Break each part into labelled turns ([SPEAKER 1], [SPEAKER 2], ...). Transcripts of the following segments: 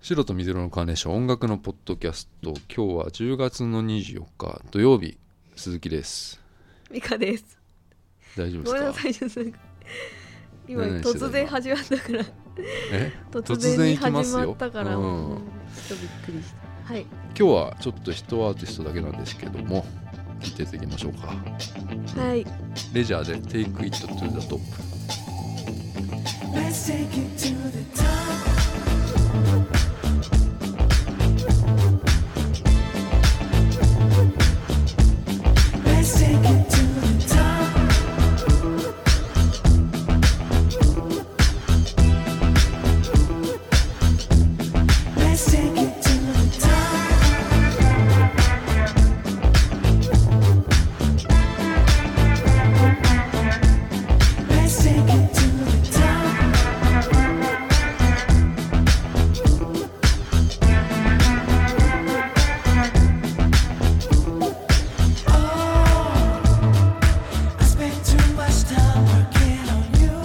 [SPEAKER 1] 白と水色のカーネーション音楽のポッドキャスト今日は10月の24日土曜日鈴木です
[SPEAKER 2] ミカです。
[SPEAKER 1] 大丈夫
[SPEAKER 2] ごめんな
[SPEAKER 1] ですか
[SPEAKER 2] さい、ちょっとなんか今
[SPEAKER 1] 何々してた
[SPEAKER 2] 突然始まったから、
[SPEAKER 1] え
[SPEAKER 2] 突然に
[SPEAKER 1] 突然行きます
[SPEAKER 2] 始
[SPEAKER 1] よ
[SPEAKER 2] まったから、
[SPEAKER 1] うん
[SPEAKER 2] うんちょっとびっくりした。はい、
[SPEAKER 1] 今日はちょっと一アーティストだけなんですけども聞いていきましょうか
[SPEAKER 2] はい、
[SPEAKER 1] レジャーで Take It to the Top
[SPEAKER 3] Let's take it to the top. Let's take it to the top. Let's take it to the top. Let's take it to the top. Oh, I spent too much time working on you.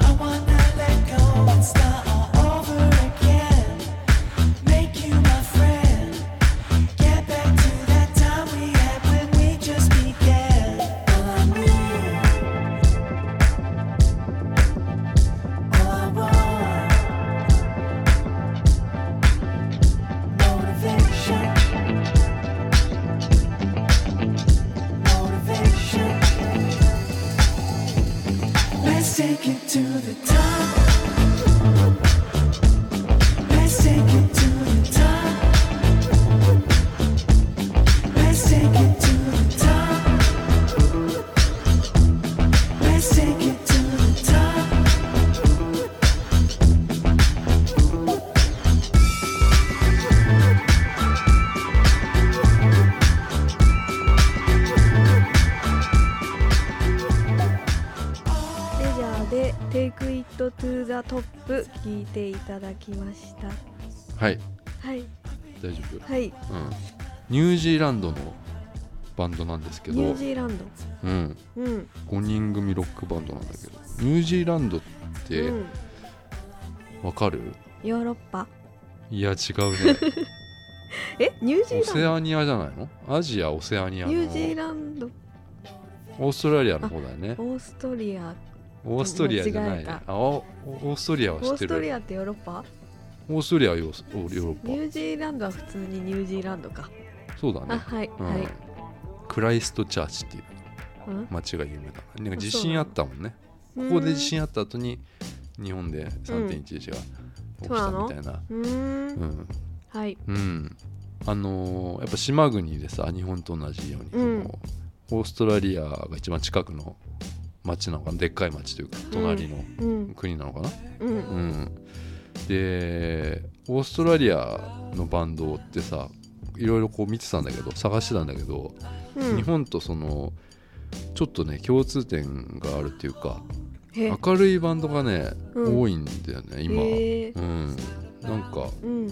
[SPEAKER 3] I wanna let go and start all over again. Make you my friend. Get back to that time we had when we just began. All I need, all I want, motivation. motivation. Let's take it to the top. Let's take it to the top. Let's take it to the top. Let's take it to the top.
[SPEAKER 2] レジャーで Take It to the Top 聞いていただきました。
[SPEAKER 1] はい
[SPEAKER 2] はい、
[SPEAKER 1] 大丈夫、
[SPEAKER 2] はい、
[SPEAKER 1] うん、ニュージーランドのバンドなんですけ
[SPEAKER 2] ニュ
[SPEAKER 1] ど
[SPEAKER 2] ージ、ーランド。
[SPEAKER 1] うん、
[SPEAKER 2] うん、
[SPEAKER 1] 5人組ロックバンドなんだけどニュージーランドって
[SPEAKER 2] うん、
[SPEAKER 1] わかる、
[SPEAKER 2] ヨーロッパ。
[SPEAKER 1] いや違うね
[SPEAKER 2] え、ニュージ
[SPEAKER 1] オ
[SPEAKER 2] ー
[SPEAKER 1] セ
[SPEAKER 2] ラン
[SPEAKER 1] アニアじゃないのアジアオセアニ
[SPEAKER 2] ド。
[SPEAKER 1] ア
[SPEAKER 2] ニ
[SPEAKER 1] の
[SPEAKER 2] ュージーランド、
[SPEAKER 1] オーストラリアの方だよね
[SPEAKER 2] オーストリア。
[SPEAKER 1] オーストリアじゃないね
[SPEAKER 2] 間違え
[SPEAKER 1] あおオーストリアは
[SPEAKER 2] オ
[SPEAKER 1] 知
[SPEAKER 2] ー
[SPEAKER 1] って
[SPEAKER 2] ストリ
[SPEAKER 1] る
[SPEAKER 2] アってヨーロッパ？
[SPEAKER 1] オーストリアはヨーヨーロ
[SPEAKER 2] ニ
[SPEAKER 1] ッ
[SPEAKER 2] ュージーランドは普通にニュージーランドか。
[SPEAKER 1] パそうだ
[SPEAKER 2] あ、
[SPEAKER 1] ね、
[SPEAKER 2] はい、
[SPEAKER 1] うん
[SPEAKER 2] はい。
[SPEAKER 1] クライストチャーチっていう
[SPEAKER 2] うん
[SPEAKER 1] 街が有名だからなんか
[SPEAKER 2] あ
[SPEAKER 1] 地
[SPEAKER 2] そう
[SPEAKER 1] 震
[SPEAKER 2] な
[SPEAKER 1] あ
[SPEAKER 2] の
[SPEAKER 1] ったもんね
[SPEAKER 2] こ
[SPEAKER 1] ここで地震あった後に日本で3.11が起きたみたいな、
[SPEAKER 2] うーん、
[SPEAKER 1] うん
[SPEAKER 2] はい。
[SPEAKER 1] うん、あのーやっぱ島国でさ日本と同じように、
[SPEAKER 2] うん
[SPEAKER 1] そのオーストラリアが一番近くの町なのかなでっかい町というか隣の
[SPEAKER 2] うん、
[SPEAKER 1] 国なのかな、
[SPEAKER 2] うん
[SPEAKER 1] う。ん、でオーストラリアのバンドってさいろいろこう見てたんだけど探してたんだけど、
[SPEAKER 2] うん
[SPEAKER 1] 日本とそのちょっとね共通点があるっていうか
[SPEAKER 2] へ
[SPEAKER 1] 明るいバンドがね、
[SPEAKER 2] うん
[SPEAKER 1] 多いんだよね今、
[SPEAKER 2] へえ
[SPEAKER 1] うん、なんか
[SPEAKER 2] うん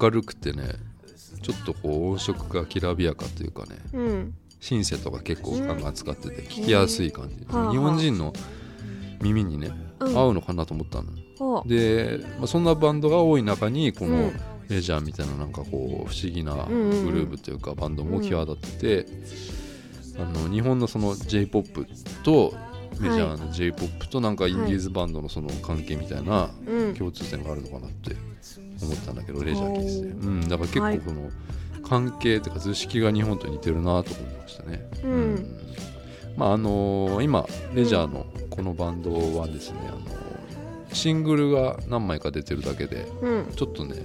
[SPEAKER 1] 明るくてねちょっとこう音色がきらびやかというかね
[SPEAKER 2] うん
[SPEAKER 1] シンセとか結構ガンガン使ってて聞きやすい感じ、
[SPEAKER 2] はあはあ
[SPEAKER 1] 日本人の耳にね、
[SPEAKER 2] うん
[SPEAKER 1] 合うのかなと思ったの
[SPEAKER 2] ほう
[SPEAKER 1] で、まあ、そんなバンドが多い中にこ
[SPEAKER 2] う
[SPEAKER 1] の
[SPEAKER 2] ん
[SPEAKER 1] レジャーみたいななんかこう不思議なグ
[SPEAKER 2] んうんうん
[SPEAKER 1] ルーブというかバンドも際立ってて、あの日本のその j p o p とメジャーの j p o p となんかインディーズバンドのその関係みたいな
[SPEAKER 2] うん
[SPEAKER 1] 共通点があるのかなって思ったんだけどレジャーキースで、うん、だから結構この関係というか図式が日本と似てるなと思いましたね。
[SPEAKER 2] うん
[SPEAKER 1] まああのー今レジャーのこのバンドはですね、あのーシングルが何枚か出てるだけで
[SPEAKER 2] うん
[SPEAKER 1] ちょっとね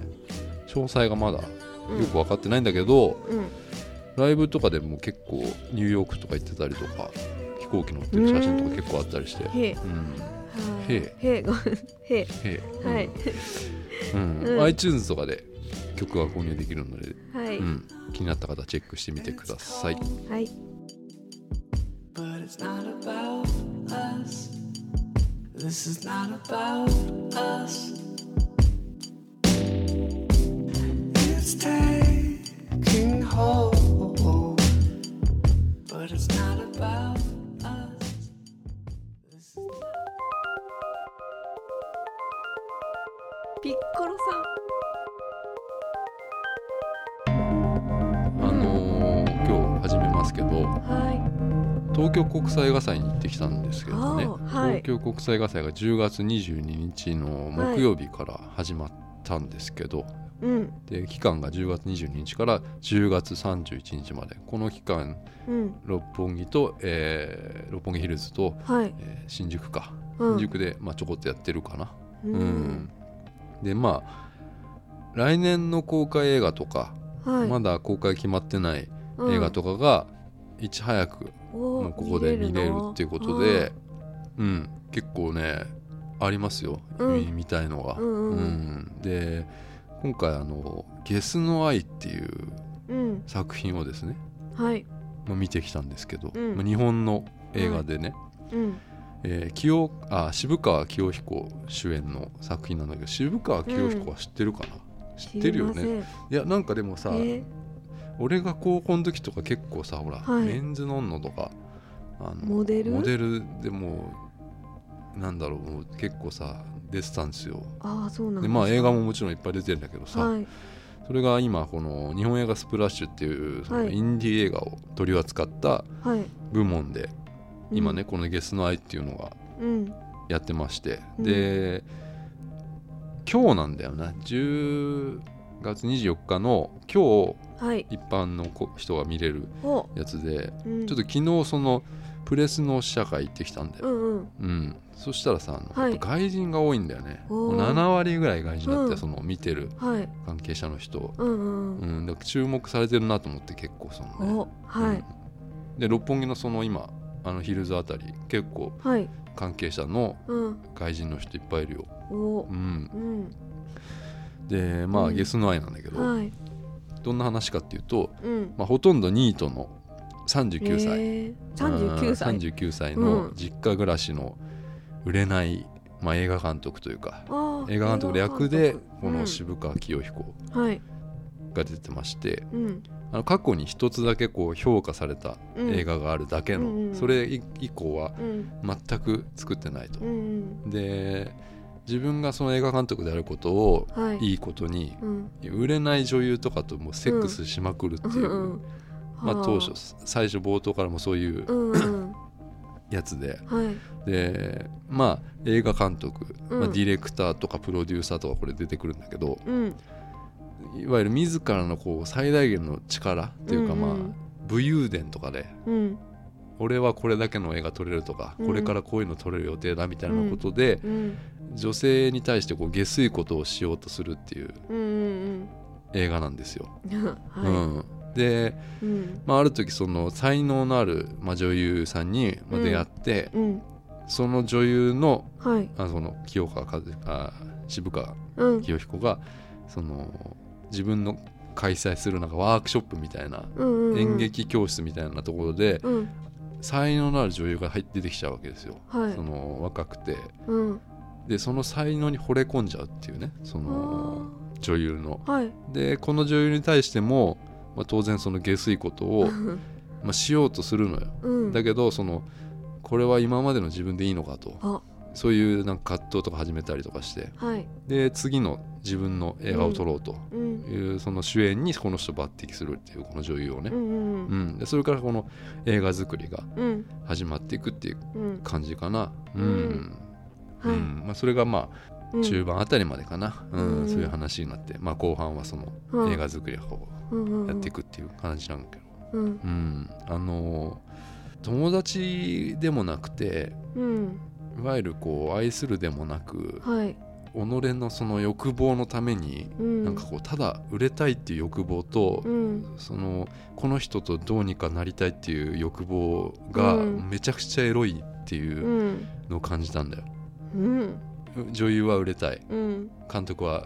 [SPEAKER 1] 詳細がまだよく分かってないんだけど、
[SPEAKER 2] うん
[SPEAKER 1] ライブとかでも結構ニューヨークとか行ってたりとか飛行機乗ってる写真とか結構あったりして。
[SPEAKER 2] へえ
[SPEAKER 1] うんへ
[SPEAKER 2] へえごめんへえ
[SPEAKER 1] へえ
[SPEAKER 2] はい
[SPEAKER 1] うん
[SPEAKER 2] うん
[SPEAKER 1] iTunes とかで曲が購入できるので、
[SPEAKER 2] はい
[SPEAKER 1] うん、気になった方チェックしてみてください。
[SPEAKER 2] はい
[SPEAKER 3] But it's not about us. This is not about us. It's taking hold. But it's not about us.
[SPEAKER 1] 「
[SPEAKER 2] ピッコロ
[SPEAKER 1] あのー今日始めますけど
[SPEAKER 2] さんはい
[SPEAKER 1] 東京国際映画祭に行ってきたんですけれどね、
[SPEAKER 2] あーはい
[SPEAKER 1] 東京国際映画祭が10月22日の木曜日から始まったんですけど、
[SPEAKER 2] うん
[SPEAKER 1] で期間が10月22日から10月31日までこの期間
[SPEAKER 2] うん
[SPEAKER 1] 六本木と、えー六本木ヒルズと、
[SPEAKER 2] はい
[SPEAKER 1] えー新宿か、
[SPEAKER 2] うん
[SPEAKER 1] 新宿で、まあ、ちょこっとやってるかな、
[SPEAKER 2] う
[SPEAKER 1] うんでまあ来年の公開映画とか、
[SPEAKER 2] はい
[SPEAKER 1] まだ公開決まってない
[SPEAKER 2] うん
[SPEAKER 1] 映画とかが、いち早く
[SPEAKER 2] お
[SPEAKER 1] もうここで見れる
[SPEAKER 2] な
[SPEAKER 1] っていうことで、うん、結構ねありますよ、
[SPEAKER 2] うん
[SPEAKER 1] み見たいのが。
[SPEAKER 2] うんうんうん
[SPEAKER 1] うんで今回あの「ゲスの愛」っていう
[SPEAKER 2] うん
[SPEAKER 1] 作品をですね、
[SPEAKER 2] はい
[SPEAKER 1] まあ、見てきたんですけど、
[SPEAKER 2] うん
[SPEAKER 1] まあ日本の映画でね、
[SPEAKER 2] うん
[SPEAKER 1] えー清あ渋川清彦主演の作品なんだけど渋川清彦は知ってるかな、知ってるよ
[SPEAKER 2] 知
[SPEAKER 1] ね
[SPEAKER 2] りま
[SPEAKER 1] いやなんかでもさ、
[SPEAKER 2] せんえ
[SPEAKER 1] 俺が高校の時とか結構さほら、
[SPEAKER 2] はい
[SPEAKER 1] メンズノンノとかあの
[SPEAKER 2] モデル
[SPEAKER 1] モデルでもうなんだろうもう結構さ出てたんですよ
[SPEAKER 2] ああそうなん
[SPEAKER 1] で
[SPEAKER 2] だ
[SPEAKER 1] まあ映画ももちろんいっぱい出てるんだけどさ、
[SPEAKER 2] はい
[SPEAKER 1] それが今この日本映画スプラッシュっていうその
[SPEAKER 2] はい
[SPEAKER 1] インディー映画を取り扱った
[SPEAKER 2] はいうん
[SPEAKER 1] 部門で、今ねこの「ゲスの愛」っていうのが
[SPEAKER 2] うん
[SPEAKER 1] やってまして、
[SPEAKER 2] うん
[SPEAKER 1] で今日なんだよな10月24日の今
[SPEAKER 2] はい
[SPEAKER 1] 日一般のこ人が見れる
[SPEAKER 2] お
[SPEAKER 1] やつで
[SPEAKER 2] うん
[SPEAKER 1] ちょっと昨日そのプレスの試写会行ってきたんだ
[SPEAKER 2] う
[SPEAKER 1] よ、
[SPEAKER 2] んうん
[SPEAKER 1] うんそしたらさあの、
[SPEAKER 2] はい
[SPEAKER 1] やっぱ外人が多いんだよね
[SPEAKER 2] おー
[SPEAKER 1] 7割ぐらい外人だって、
[SPEAKER 2] うん
[SPEAKER 1] その見てる
[SPEAKER 2] はい
[SPEAKER 1] 関係者の人、
[SPEAKER 2] うんうん
[SPEAKER 1] う
[SPEAKER 2] うん
[SPEAKER 1] ん、だから注目されてるなと思って結構そのね、
[SPEAKER 2] おはい
[SPEAKER 1] うんで六本木のその今あのヒルズあたり結構
[SPEAKER 2] はい
[SPEAKER 1] 関係者の
[SPEAKER 2] うん
[SPEAKER 1] 外人の人いっぱいいるよ、
[SPEAKER 2] お
[SPEAKER 1] うん、
[SPEAKER 2] うん
[SPEAKER 1] でまあ、
[SPEAKER 2] うん
[SPEAKER 1] ゲスの愛なんだけど、
[SPEAKER 2] はい
[SPEAKER 1] どんな話かっていうと、
[SPEAKER 2] うん
[SPEAKER 1] まあ、ほとんどニートの39歳、
[SPEAKER 2] えー39
[SPEAKER 1] うん
[SPEAKER 2] 歳
[SPEAKER 1] 39歳
[SPEAKER 2] う
[SPEAKER 1] の
[SPEAKER 2] ん
[SPEAKER 1] 実家暮らしの売れない、まあ、映画監督というか
[SPEAKER 2] あー
[SPEAKER 1] 映画監督略で
[SPEAKER 2] 映画監督
[SPEAKER 1] この渋川清彦
[SPEAKER 2] うんはい
[SPEAKER 1] が出てまして、
[SPEAKER 2] うん
[SPEAKER 1] あの過去に一つだけこう評価された
[SPEAKER 2] うん
[SPEAKER 1] 映画があるだけの、
[SPEAKER 2] うんうん
[SPEAKER 1] それ以以降は
[SPEAKER 2] うん
[SPEAKER 1] 全く作ってないと
[SPEAKER 2] う。ん
[SPEAKER 1] で自分がその映画監督であることを
[SPEAKER 2] うんはい
[SPEAKER 1] いいことに
[SPEAKER 2] うん
[SPEAKER 1] 売れない女優とかともうセックスしまくるっていう、
[SPEAKER 2] うんうん
[SPEAKER 1] まあ、
[SPEAKER 2] は
[SPEAKER 1] 当初最初冒頭からもそういう
[SPEAKER 2] うんうん
[SPEAKER 1] やつで、
[SPEAKER 2] はい
[SPEAKER 1] でまあ映画監督、
[SPEAKER 2] うん
[SPEAKER 1] まあ、ディレクターとかプロデューサーとかこれ出てくるんだけど
[SPEAKER 2] うん
[SPEAKER 1] いわゆる自らのこう最大限の力っていうか、
[SPEAKER 2] うんうん
[SPEAKER 1] まあ武勇伝とかで
[SPEAKER 2] うん
[SPEAKER 1] 俺はこれだけの映画撮れるとか、
[SPEAKER 2] うん
[SPEAKER 1] これからこういうの撮れる予定だみたいなことで、
[SPEAKER 2] うん
[SPEAKER 1] 女性に対してこう下水ことをしようとするっていう
[SPEAKER 2] うんうん
[SPEAKER 1] 映画なんですよ。
[SPEAKER 2] うん
[SPEAKER 1] う
[SPEAKER 2] は
[SPEAKER 1] んで、
[SPEAKER 2] いうん
[SPEAKER 1] まあ、ある時その才能のある、まあ、女優さんにまあ
[SPEAKER 2] うん
[SPEAKER 1] 出会って、
[SPEAKER 2] うん
[SPEAKER 1] その女優の
[SPEAKER 2] はい
[SPEAKER 1] あその清川和あ渋川
[SPEAKER 2] うん
[SPEAKER 1] 清彦がその自分の開催するなんかワークショップみたいな
[SPEAKER 2] うんうんうん
[SPEAKER 1] 演劇教室みたいなところで
[SPEAKER 2] うん
[SPEAKER 1] 才能のある女優が入って出てきちゃうわけですよ、
[SPEAKER 2] はい
[SPEAKER 1] その若くて
[SPEAKER 2] うん
[SPEAKER 1] でその才能に惚れ込んじゃうっていうねその
[SPEAKER 2] あ
[SPEAKER 1] 女優の
[SPEAKER 2] ーはい
[SPEAKER 1] でこの女優に対しても、まあ、当然その下水ことを、まあ、しようとするのよ、
[SPEAKER 2] うん
[SPEAKER 1] だけどそのこれは今までの自分でいいのかと
[SPEAKER 2] あ
[SPEAKER 1] そういうなんか葛藤とか始めたりとかして
[SPEAKER 2] はい
[SPEAKER 1] で次の自分の映画を撮ろうと
[SPEAKER 2] うん
[SPEAKER 1] いう、その主演にこの人抜擢するっていうこの女優をね
[SPEAKER 2] う、ん
[SPEAKER 1] うんでそれからこの映画作りが
[SPEAKER 2] うん
[SPEAKER 1] 始まっていくっていう
[SPEAKER 2] うん
[SPEAKER 1] 感じかな、うん
[SPEAKER 2] うん
[SPEAKER 1] う
[SPEAKER 2] はい
[SPEAKER 1] んまあ、それがま
[SPEAKER 2] う
[SPEAKER 1] あ
[SPEAKER 2] ん
[SPEAKER 1] 中盤あたりまでかな、うん
[SPEAKER 2] うん
[SPEAKER 1] そういう話になって、まあ、後半はその
[SPEAKER 2] うん
[SPEAKER 1] 映画作りをこ
[SPEAKER 2] うんうんう
[SPEAKER 1] うんやっていくっていう感じなんだけど、
[SPEAKER 2] うん
[SPEAKER 1] うんあのー友達でもなくて
[SPEAKER 2] うん
[SPEAKER 1] いわゆるこう愛するでもなく
[SPEAKER 2] はい
[SPEAKER 1] 己のその欲望のために
[SPEAKER 2] うん
[SPEAKER 1] なんかこうただ売れたいっていう欲望と、
[SPEAKER 2] うん
[SPEAKER 1] そのこの人とどうにかなりたいっていう欲望が
[SPEAKER 2] うん
[SPEAKER 1] めちゃくちゃエロいっていううんのを感じたんだよ、
[SPEAKER 2] うん
[SPEAKER 1] 女優は売れたい
[SPEAKER 2] うん
[SPEAKER 1] 監督は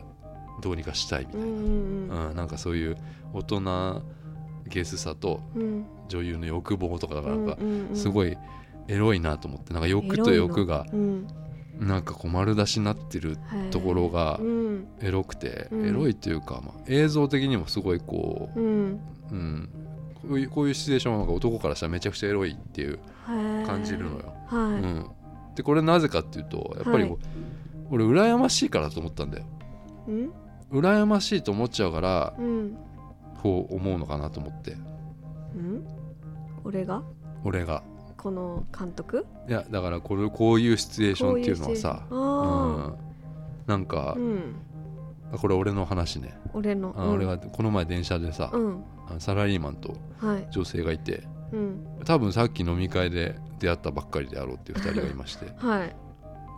[SPEAKER 1] どうにかしたいみた
[SPEAKER 2] う
[SPEAKER 1] いな、うん
[SPEAKER 2] んうん
[SPEAKER 1] なんかそういう大人ゲスさと
[SPEAKER 2] うん
[SPEAKER 1] 女優の欲望とかがなんか
[SPEAKER 2] うんうん
[SPEAKER 1] すごいエロいなと思ってなんか欲と
[SPEAKER 2] エロいの
[SPEAKER 1] 欲が
[SPEAKER 2] うん
[SPEAKER 1] なんかこう丸出しになってる
[SPEAKER 2] はい
[SPEAKER 1] ところが
[SPEAKER 2] うん
[SPEAKER 1] エロくて、
[SPEAKER 2] うん
[SPEAKER 1] エロいっていうか、まあ、映像的にもすごいこう
[SPEAKER 2] うん
[SPEAKER 1] うん、こういうこういうシチュエーションはなんか男からしたらめちゃくちゃエロいっていう
[SPEAKER 2] 感
[SPEAKER 1] 感じるのよ。う
[SPEAKER 2] は
[SPEAKER 1] ん、でこれなぜかっていうとやっぱりこう、俺羨ましいからと思ったんだよ。
[SPEAKER 2] いうん
[SPEAKER 1] 羨ましいと思っちゃうから
[SPEAKER 2] うん
[SPEAKER 1] こう思うのかなと思って
[SPEAKER 2] うん俺が
[SPEAKER 1] 俺が
[SPEAKER 2] この監督
[SPEAKER 1] いやだからこれこういうシチュエーションっていうのはさう
[SPEAKER 2] あ
[SPEAKER 1] ん、なん
[SPEAKER 2] あ
[SPEAKER 1] か
[SPEAKER 2] う、ん
[SPEAKER 1] これ俺の話ね、
[SPEAKER 2] 俺の
[SPEAKER 1] あ俺がこの前電車でさ、
[SPEAKER 2] うん
[SPEAKER 1] あのサラリーマンと
[SPEAKER 2] はい
[SPEAKER 1] 女性がいて
[SPEAKER 2] うん
[SPEAKER 1] 多分さっき飲み会で出会ったばっかりであろうっていう2人がいまして
[SPEAKER 2] はい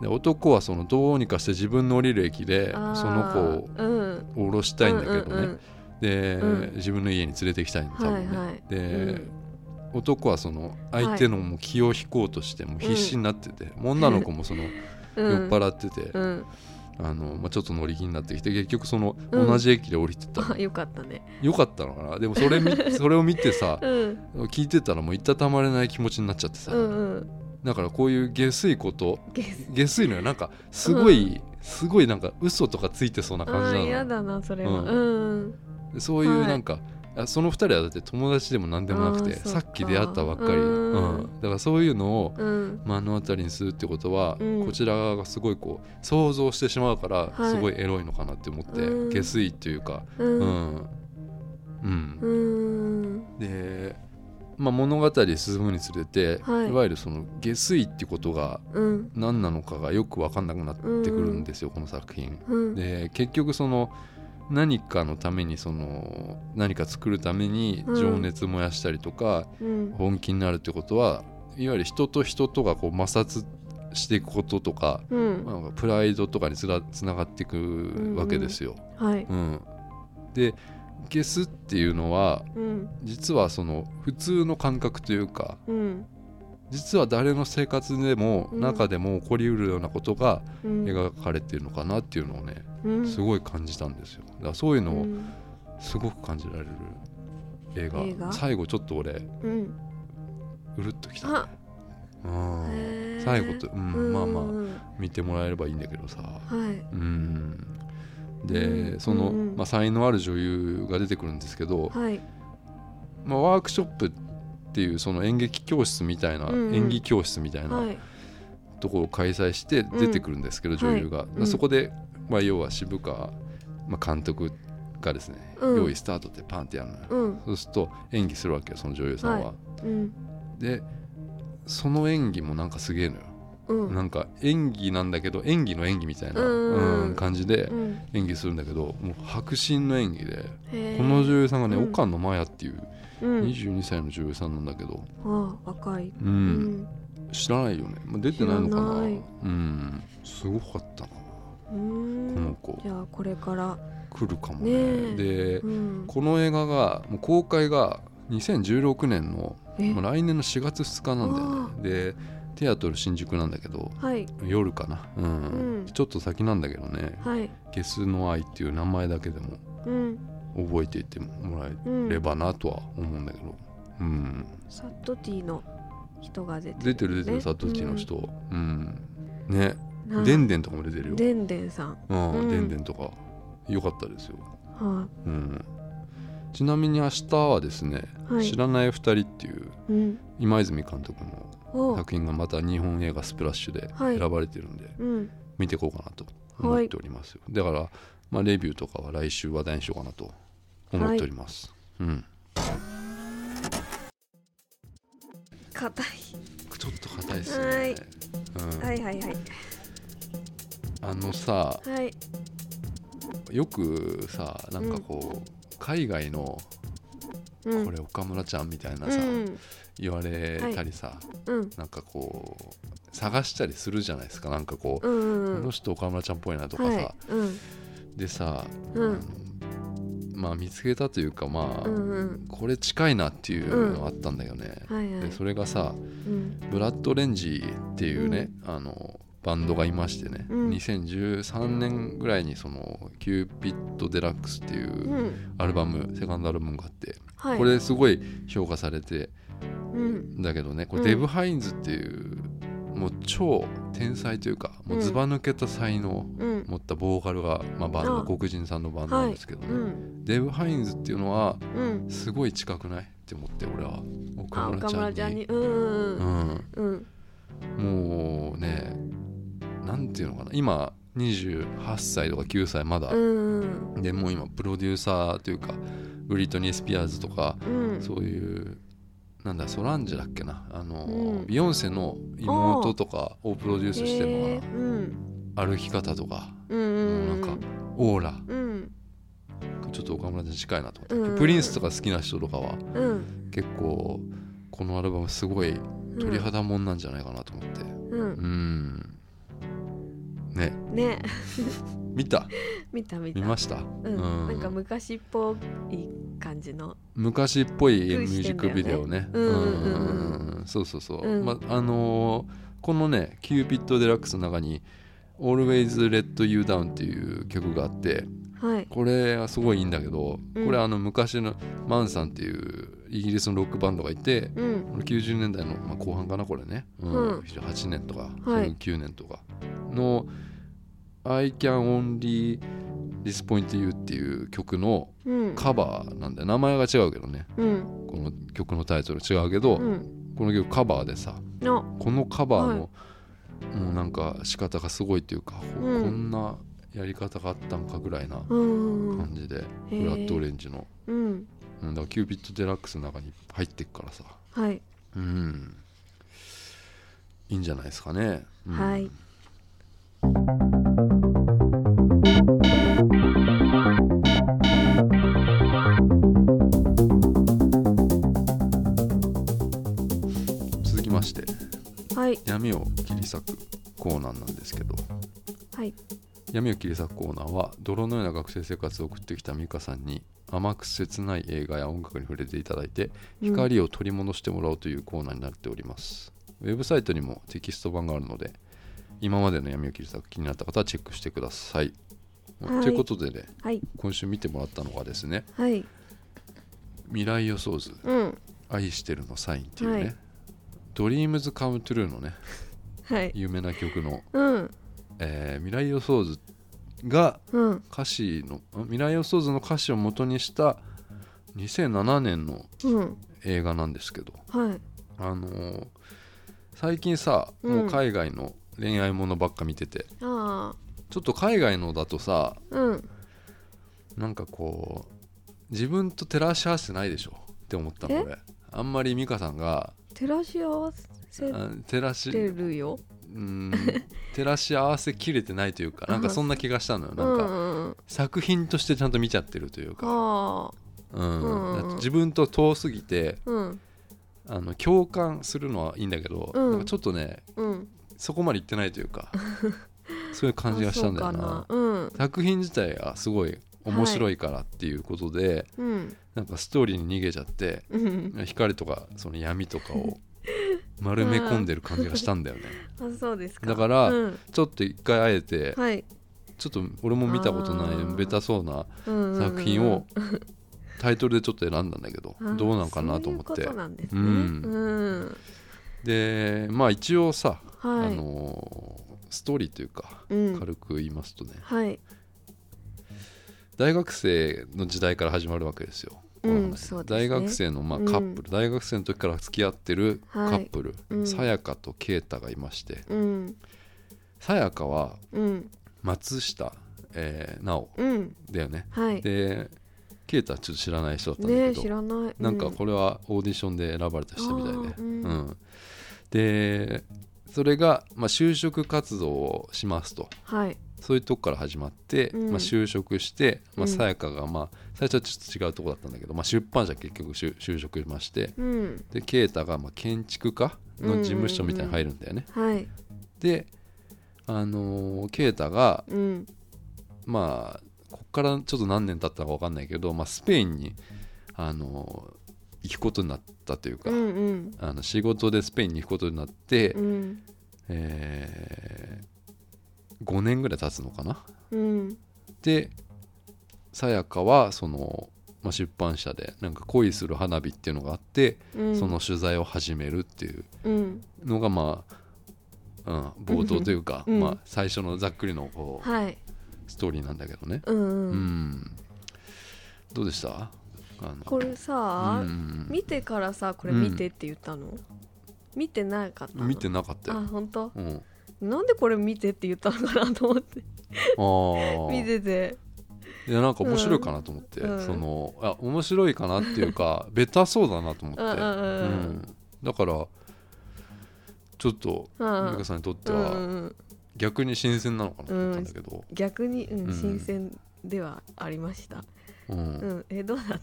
[SPEAKER 1] で男はそのどうにかして自分の降りる駅で
[SPEAKER 2] あー
[SPEAKER 1] その子
[SPEAKER 2] うん
[SPEAKER 1] を降ろしたいんだけどね、
[SPEAKER 2] うんうん
[SPEAKER 1] で、
[SPEAKER 2] うん
[SPEAKER 1] 自分の家に連れてきたいんだ多分ね、
[SPEAKER 2] はいはい
[SPEAKER 1] で、
[SPEAKER 2] うん
[SPEAKER 1] 男はその相手のもう気を引こうとしてもう必死になってて、女の子もその
[SPEAKER 2] う
[SPEAKER 1] 酔っ
[SPEAKER 2] ん
[SPEAKER 1] 払ってて、
[SPEAKER 2] うん
[SPEAKER 1] あのまあ、ちょっと乗り気になってきて結局その
[SPEAKER 2] うん
[SPEAKER 1] 同じ駅で降りてた、
[SPEAKER 2] あよかったね
[SPEAKER 1] よかったのかなでもそれみ それを見てさ
[SPEAKER 2] うん
[SPEAKER 1] 聞いてたらもういたたまれない気持ちになっちゃってさ、
[SPEAKER 2] うんうん
[SPEAKER 1] だからこういう下水こと
[SPEAKER 2] ゲス
[SPEAKER 1] 下水のよなんかすごい、すごいなんか嘘とかついてそうな
[SPEAKER 2] あ
[SPEAKER 1] 感じな
[SPEAKER 2] ー嫌
[SPEAKER 1] の
[SPEAKER 2] だなそれは
[SPEAKER 1] うん
[SPEAKER 2] うん
[SPEAKER 1] そういう
[SPEAKER 2] はい
[SPEAKER 1] なんか、あその二人はだって友達でも何でもなくて
[SPEAKER 2] あーそっ
[SPEAKER 1] さ
[SPEAKER 2] か
[SPEAKER 1] っき出会ったばっかり、
[SPEAKER 2] うん
[SPEAKER 1] だからそういうのを
[SPEAKER 2] うん
[SPEAKER 1] 目の当たりにするってことは、
[SPEAKER 2] うん
[SPEAKER 1] こちら側がすごいこう想像してしまうから、
[SPEAKER 2] はい
[SPEAKER 1] すごいエロいのかなって思って、
[SPEAKER 2] うん
[SPEAKER 1] 下水っていうか
[SPEAKER 2] う
[SPEAKER 1] うんん、うん
[SPEAKER 2] うん
[SPEAKER 1] で、まあ、物語進むにつれて、
[SPEAKER 2] はい
[SPEAKER 1] い、わゆるその下水ってことが
[SPEAKER 2] うん
[SPEAKER 1] 何なのかがよく分かんなくなってくるんですよ、この作品。
[SPEAKER 2] うん
[SPEAKER 1] で結局その何かのためにその何か作るために
[SPEAKER 2] うん
[SPEAKER 1] 情熱燃やしたりとか、
[SPEAKER 2] うん
[SPEAKER 1] 本気になるってことはいわゆる人と人とがこう摩擦していくこととか、
[SPEAKER 2] うん
[SPEAKER 1] まあプライドとかにつらつながっていくわけですよ。
[SPEAKER 2] はい
[SPEAKER 1] うんでゲスっていうのは
[SPEAKER 2] うん
[SPEAKER 1] 実はその普通の感覚というか
[SPEAKER 2] うん
[SPEAKER 1] 実は誰の生活でも
[SPEAKER 2] うん
[SPEAKER 1] 中でも起こりうるようなことが
[SPEAKER 2] うん
[SPEAKER 1] 描かれてるのかなっていうのをね、
[SPEAKER 2] うん
[SPEAKER 1] すごい感じたんですよだからそういうのを
[SPEAKER 2] うん
[SPEAKER 1] すごく感じられる映画,、
[SPEAKER 2] 映画
[SPEAKER 1] 最後ちょっと俺
[SPEAKER 2] うん
[SPEAKER 1] うるっときた、
[SPEAKER 2] あ
[SPEAKER 1] うん
[SPEAKER 2] へー
[SPEAKER 1] 最後と、うんまあ
[SPEAKER 2] うん
[SPEAKER 1] まあ
[SPEAKER 2] うん
[SPEAKER 1] 見てもらえればいいんだけどさ
[SPEAKER 2] うんはい
[SPEAKER 1] うんで、
[SPEAKER 2] うん
[SPEAKER 1] その、
[SPEAKER 2] うんうん
[SPEAKER 1] まあ、才能ある女優が出てくるんですけど、
[SPEAKER 2] はい
[SPEAKER 1] まあ、ワークショップっていうその演劇教室みたいな、
[SPEAKER 2] うんうん
[SPEAKER 1] 演技教室みたいな
[SPEAKER 2] はい
[SPEAKER 1] ところを開催して出てくるんですけど、
[SPEAKER 2] ん
[SPEAKER 1] 女優が、
[SPEAKER 2] うん
[SPEAKER 1] そこで、まあ、要は渋川、まあ、監督がですね、
[SPEAKER 2] うん
[SPEAKER 1] 用意スタートってパンってやるのよ、
[SPEAKER 2] うん
[SPEAKER 1] そうすると演技するわけよその女優さんは、
[SPEAKER 2] はうん
[SPEAKER 1] でその演技もなんかすげえのよ、
[SPEAKER 2] うん
[SPEAKER 1] なんか演技なんだけど演技の演技みたいな、
[SPEAKER 2] うんうん
[SPEAKER 1] うん感じで
[SPEAKER 2] うん
[SPEAKER 1] 演技するんだけどもう迫真の演技で、
[SPEAKER 2] へー
[SPEAKER 1] この女優さんがね、
[SPEAKER 2] うん
[SPEAKER 1] 岡野真也っていう
[SPEAKER 2] うん
[SPEAKER 1] 22歳の女優さんなんだけど、
[SPEAKER 2] ああ若い
[SPEAKER 1] うん
[SPEAKER 2] うん
[SPEAKER 1] 知らないよね、まあ、出てないのかな
[SPEAKER 2] 知らない
[SPEAKER 1] うんすごかったな
[SPEAKER 2] う
[SPEAKER 1] この
[SPEAKER 2] ん
[SPEAKER 1] 子
[SPEAKER 2] じゃあこれから
[SPEAKER 1] 来るかもね
[SPEAKER 2] ね
[SPEAKER 1] で、
[SPEAKER 2] うん
[SPEAKER 1] この映画がもう公開が2016年の
[SPEAKER 2] え
[SPEAKER 1] もう来年の4月2日なんだよねでテアトル新宿なんだけど
[SPEAKER 2] はい
[SPEAKER 1] 夜かな、うん
[SPEAKER 2] うん
[SPEAKER 1] ちょっと先なんだけどね
[SPEAKER 2] はい
[SPEAKER 1] 「ゲスの愛」っていう名前だけでも
[SPEAKER 2] うん
[SPEAKER 1] 覚えていってもらえ
[SPEAKER 2] うん
[SPEAKER 1] ればなとは思うんだけど、うん、
[SPEAKER 2] サットティの人が出てる
[SPEAKER 1] 出てる出てる
[SPEAKER 2] ね
[SPEAKER 1] サトッチの人、うんね
[SPEAKER 2] うん
[SPEAKER 1] でんでんとかも出てるよ、
[SPEAKER 2] でんでんさん
[SPEAKER 1] うん
[SPEAKER 2] うん
[SPEAKER 1] でんでんとかよかったですよ、
[SPEAKER 2] は
[SPEAKER 1] うん、ちなみに明日はですね「
[SPEAKER 2] いはい
[SPEAKER 1] 知らない二人」っていう
[SPEAKER 2] うん
[SPEAKER 1] 今泉監督の
[SPEAKER 2] お
[SPEAKER 1] 作品がまた日本映画スプラッシュで
[SPEAKER 2] はい
[SPEAKER 1] 選ばれてるんで、
[SPEAKER 2] うん
[SPEAKER 1] 見ていこうかなと思っておりますよ、だから、まあ、レビューとかは来週話題にしようかなと思っております、うん
[SPEAKER 2] 硬い
[SPEAKER 1] ちょっと硬いですね
[SPEAKER 2] はい
[SPEAKER 1] うん
[SPEAKER 2] はいはいはい
[SPEAKER 1] あのさ
[SPEAKER 2] はい
[SPEAKER 1] よくさなんかこう、海外の
[SPEAKER 2] うん
[SPEAKER 1] これ岡村ちゃんみたいな
[SPEAKER 2] う
[SPEAKER 1] さ、
[SPEAKER 2] ん
[SPEAKER 1] 言われたりさ、
[SPEAKER 2] うん
[SPEAKER 1] なんかこう探したりするじゃないですかなんかこう、
[SPEAKER 2] うんう
[SPEAKER 1] こ
[SPEAKER 2] ん
[SPEAKER 1] の人岡村ちゃんっぽいなとかさ、
[SPEAKER 2] はいうん
[SPEAKER 1] でさ、
[SPEAKER 2] うん
[SPEAKER 1] あのまあ見つけたというかまあ、
[SPEAKER 2] うんうん
[SPEAKER 1] これ近いなっていうのがあったんだよね、
[SPEAKER 2] はいはい
[SPEAKER 1] でそれがさ
[SPEAKER 2] うん
[SPEAKER 1] ブラッド・レンジっていうね、あのバンドがいましてね、
[SPEAKER 2] うん
[SPEAKER 1] 2013年ぐらいにその「キューピッド・デラックス」っていううんアルバム、セカンドアルバムがあって、
[SPEAKER 2] はい
[SPEAKER 1] これすごい評価されて
[SPEAKER 2] うん
[SPEAKER 1] んだけどねこれ
[SPEAKER 2] うん
[SPEAKER 1] デブ・ハインズっていう、もう超天才というかもうずば抜けた才能
[SPEAKER 2] うん
[SPEAKER 1] 持ったボーカルが、まあ、バンド
[SPEAKER 2] あ
[SPEAKER 1] 黒人さんのバンドなんですけどね、
[SPEAKER 2] うん
[SPEAKER 1] デブ・ハインズっていうのは
[SPEAKER 2] うん
[SPEAKER 1] すごい近くないって思って俺は
[SPEAKER 2] あ
[SPEAKER 1] 岡
[SPEAKER 2] 岡村
[SPEAKER 1] 村
[SPEAKER 2] ち
[SPEAKER 1] ち
[SPEAKER 2] ゃ
[SPEAKER 1] ゃ
[SPEAKER 2] ん
[SPEAKER 1] んに
[SPEAKER 2] にうんうん
[SPEAKER 1] う
[SPEAKER 2] うん
[SPEAKER 1] んもうねなんていうのかな今28歳とか9歳まだ、
[SPEAKER 2] うん
[SPEAKER 1] でもう今プロデューサーというかブリトニー・スピアーズとか、
[SPEAKER 2] うん
[SPEAKER 1] そういうなんだソランジェだっけなあの、
[SPEAKER 2] うん
[SPEAKER 1] ビヨンセの妹とかをプロデュースしてるのかな、
[SPEAKER 2] へーうん
[SPEAKER 1] 歩き方とか
[SPEAKER 2] うんうん
[SPEAKER 1] なんかオーラ
[SPEAKER 2] うん
[SPEAKER 1] ちょっと岡村ちゃん近いなと思って、
[SPEAKER 2] うん
[SPEAKER 1] プリンスとか好きな人とかは
[SPEAKER 2] うん
[SPEAKER 1] 結構このアルバムすごい鳥
[SPEAKER 2] うん
[SPEAKER 1] 肌もんなんじゃないかなと思って
[SPEAKER 2] う
[SPEAKER 1] うんんね
[SPEAKER 2] ね
[SPEAKER 1] 見た
[SPEAKER 2] 見た見た
[SPEAKER 1] 見ました
[SPEAKER 2] うん
[SPEAKER 1] うん
[SPEAKER 2] なんか昔っぽい感じの
[SPEAKER 1] 昔っぽいミ
[SPEAKER 2] 工夫
[SPEAKER 1] ュージ
[SPEAKER 2] して
[SPEAKER 1] ッ
[SPEAKER 2] んだ
[SPEAKER 1] ク
[SPEAKER 2] よね
[SPEAKER 1] ビデオね
[SPEAKER 2] うんうんうんうん
[SPEAKER 1] うんそうそうそう、
[SPEAKER 2] うん
[SPEAKER 1] まあのーこのね「キューピッド・デラックス」の中に「Always Let You Down」っていう曲があって
[SPEAKER 2] はい
[SPEAKER 1] これはすごいいいんだけど
[SPEAKER 2] うん
[SPEAKER 1] これあの昔のマンさんっていうイギリスのロックバンドがいて
[SPEAKER 2] うん
[SPEAKER 1] 90年代の、まあ、後半かなこれね、うん
[SPEAKER 2] うん
[SPEAKER 1] 8年とか、
[SPEAKER 2] はい
[SPEAKER 1] 9年とかの「I Can Only Disappoint You」っていう曲の
[SPEAKER 2] うん
[SPEAKER 1] カバーなんだよ名前が違うけどね
[SPEAKER 2] うん
[SPEAKER 1] この曲のタイトル違うけど、
[SPEAKER 2] うん
[SPEAKER 1] この曲カバーでさ
[SPEAKER 2] の
[SPEAKER 1] このカバーの、もうなんか仕方がすごいっていうか、こ
[SPEAKER 2] うん
[SPEAKER 1] こんなやり方があったんかぐらいな
[SPEAKER 2] うんうん
[SPEAKER 1] 感じで、
[SPEAKER 2] へ
[SPEAKER 1] フラットオ
[SPEAKER 2] ー
[SPEAKER 1] レンジの、
[SPEAKER 2] うん
[SPEAKER 1] うん、だからキューピッドデラックスの中に入ってっからさ
[SPEAKER 2] はい
[SPEAKER 1] うんいいんじゃないですかね、うん
[SPEAKER 2] はい
[SPEAKER 1] 続きまして
[SPEAKER 2] はい
[SPEAKER 1] 闇を切り裂くコーナーなんですけど
[SPEAKER 2] はい
[SPEAKER 1] 闇を切り裂くコーナーは泥のような学生生活を送ってきた美香さんに甘く切ない映画や音楽に触れていただいて
[SPEAKER 2] うん
[SPEAKER 1] 光を取り戻してもらおうというコーナーになっております、ウェブサイトにもテキスト版があるので今までの闇を切り裂く気になった方はチェックしてください、
[SPEAKER 2] はい
[SPEAKER 1] ということでね
[SPEAKER 2] はい
[SPEAKER 1] 今週見てもらったのがですね
[SPEAKER 2] はい
[SPEAKER 1] 「未来予想図
[SPEAKER 2] うん
[SPEAKER 1] 愛してるのサイン」っていうね、
[SPEAKER 2] はい
[SPEAKER 1] ドリームズカムトゥルーのね
[SPEAKER 2] はい
[SPEAKER 1] 有名な曲の、
[SPEAKER 2] うん
[SPEAKER 1] えー未来予想図が
[SPEAKER 2] うん
[SPEAKER 1] 歌詞のん未来予想図の歌詞を元にした2007年の
[SPEAKER 2] うん
[SPEAKER 1] 映画なんですけど
[SPEAKER 2] はい
[SPEAKER 1] あのー最近さ、
[SPEAKER 2] うん
[SPEAKER 1] もう海外の恋愛ものばっか見てて
[SPEAKER 2] ああ
[SPEAKER 1] ちょっと海外のだとさ
[SPEAKER 2] うん
[SPEAKER 1] なんかこう自分と照らし合わせてないでしょって思ったの俺あんまり美香さんが
[SPEAKER 2] 照らし合わせ
[SPEAKER 1] あ照らして
[SPEAKER 2] るよ
[SPEAKER 1] うーん照らし合わせきれてないというかなんかそんな気がしたのよなん
[SPEAKER 2] う
[SPEAKER 1] か
[SPEAKER 2] んうん
[SPEAKER 1] 作品としてちゃんと見ちゃってるというか,、
[SPEAKER 2] ああ
[SPEAKER 1] うん
[SPEAKER 2] うん
[SPEAKER 1] だって自分と遠すぎて
[SPEAKER 2] うん
[SPEAKER 1] あの共感するのはいいんだけど、
[SPEAKER 2] うん
[SPEAKER 1] なんかちょっとね
[SPEAKER 2] うん
[SPEAKER 1] そこまでいってないという かそういう感じがしたんだよな
[SPEAKER 2] あそうかうん
[SPEAKER 1] 作品自体がすごい面白いからっていうことで、
[SPEAKER 2] うん
[SPEAKER 1] なんかストーリーに逃げちゃって
[SPEAKER 2] うん
[SPEAKER 1] 光とかその闇とか を丸め込んでる感じがしたんだよね、
[SPEAKER 2] あそうですか
[SPEAKER 1] だから
[SPEAKER 2] うん
[SPEAKER 1] ちょっと一回あえて
[SPEAKER 2] はい
[SPEAKER 1] ちょっと俺も見たことな
[SPEAKER 2] あ
[SPEAKER 1] い
[SPEAKER 2] ー
[SPEAKER 1] ベタそうな
[SPEAKER 2] 作
[SPEAKER 1] 作品 をタイトルでちょっと選んだんだけどどうなんかなと思っ
[SPEAKER 2] そうい
[SPEAKER 1] て
[SPEAKER 2] うことなんですね
[SPEAKER 1] う
[SPEAKER 2] うんん、
[SPEAKER 1] でまあ一応さ、
[SPEAKER 2] はい
[SPEAKER 1] あのーストーリーというか
[SPEAKER 2] うん
[SPEAKER 1] 軽く言いますとね、
[SPEAKER 2] はい
[SPEAKER 1] 大学生の時代から始まるわけですよ。
[SPEAKER 2] うん
[SPEAKER 1] この話
[SPEAKER 2] そうですね
[SPEAKER 1] 大学生のまあカップル、大学生の時から付き合ってるカ
[SPEAKER 2] はい
[SPEAKER 1] ップル、
[SPEAKER 2] うん
[SPEAKER 1] さやかと啓太がいまして
[SPEAKER 2] うん
[SPEAKER 1] さやかは
[SPEAKER 2] うん
[SPEAKER 1] 松下、えー、直
[SPEAKER 2] うん
[SPEAKER 1] だよね。
[SPEAKER 2] はい
[SPEAKER 1] で啓太はちょっと知らない人だったんだ
[SPEAKER 2] ね
[SPEAKER 1] けど、
[SPEAKER 2] 知らない
[SPEAKER 1] なんかこれはオーディションで選ばれた人みたいで
[SPEAKER 2] あ、ーうん
[SPEAKER 1] うんでそれが、まあ、就職活動をしますと。
[SPEAKER 2] うんはい
[SPEAKER 1] そういうとこから始まって、
[SPEAKER 2] うん
[SPEAKER 1] まあ、就職して、ま
[SPEAKER 2] う
[SPEAKER 1] あ、
[SPEAKER 2] ん
[SPEAKER 1] さやかが、まあ、最初はちょっと違うとこだったんだけど、まあ、出版社結局就就職しまして
[SPEAKER 2] うん
[SPEAKER 1] で啓太がまあ建築家の事務所みたいに入るんだよね。
[SPEAKER 2] はい
[SPEAKER 1] で、あのー啓太が
[SPEAKER 2] うん
[SPEAKER 1] まあこっからちょっと何年経ったのか分かんないけど、まあ、スペインに、あのー行くことになったというか、
[SPEAKER 2] うんうん
[SPEAKER 1] あの仕事でスペインに行くことになって、
[SPEAKER 2] うん
[SPEAKER 1] え5年ぐらい経つのかな。
[SPEAKER 2] うん
[SPEAKER 1] でさやかはその、まあ、出版社でなんか恋する花火っていうのがあって、
[SPEAKER 2] うん
[SPEAKER 1] その取材を始めるっていう
[SPEAKER 2] うん
[SPEAKER 1] のがまあ、うん、冒頭というか、
[SPEAKER 2] うん
[SPEAKER 1] まあ、最初のざっくりのこう、
[SPEAKER 2] はい
[SPEAKER 1] ストーリーなんだけどね、
[SPEAKER 2] うん
[SPEAKER 1] うん
[SPEAKER 2] うん
[SPEAKER 1] どうでしたあの
[SPEAKER 2] これさ
[SPEAKER 1] うん
[SPEAKER 2] 見てからさこれ見てって言ったの見てなかったの
[SPEAKER 1] 見てなかった
[SPEAKER 2] あ
[SPEAKER 1] よ、
[SPEAKER 2] 本当
[SPEAKER 1] うん、
[SPEAKER 2] なんでこれ見てって言ったのかなと思って
[SPEAKER 1] あー
[SPEAKER 2] 見てて
[SPEAKER 1] いやなんか面白いかなと思って、
[SPEAKER 2] うん
[SPEAKER 1] そのあ面白いかなっていうかベタそうだなと思って、
[SPEAKER 2] うんうんうん
[SPEAKER 1] うんだからちょっと
[SPEAKER 2] うん
[SPEAKER 1] 美香さんにとって
[SPEAKER 2] うんう
[SPEAKER 1] は
[SPEAKER 2] ん
[SPEAKER 1] 逆に新鮮なのかなと思ったんだけど、
[SPEAKER 2] 逆に、う
[SPEAKER 1] うん
[SPEAKER 2] ん、新鮮ではありました、
[SPEAKER 1] うん
[SPEAKER 2] うんえどうだった
[SPEAKER 1] い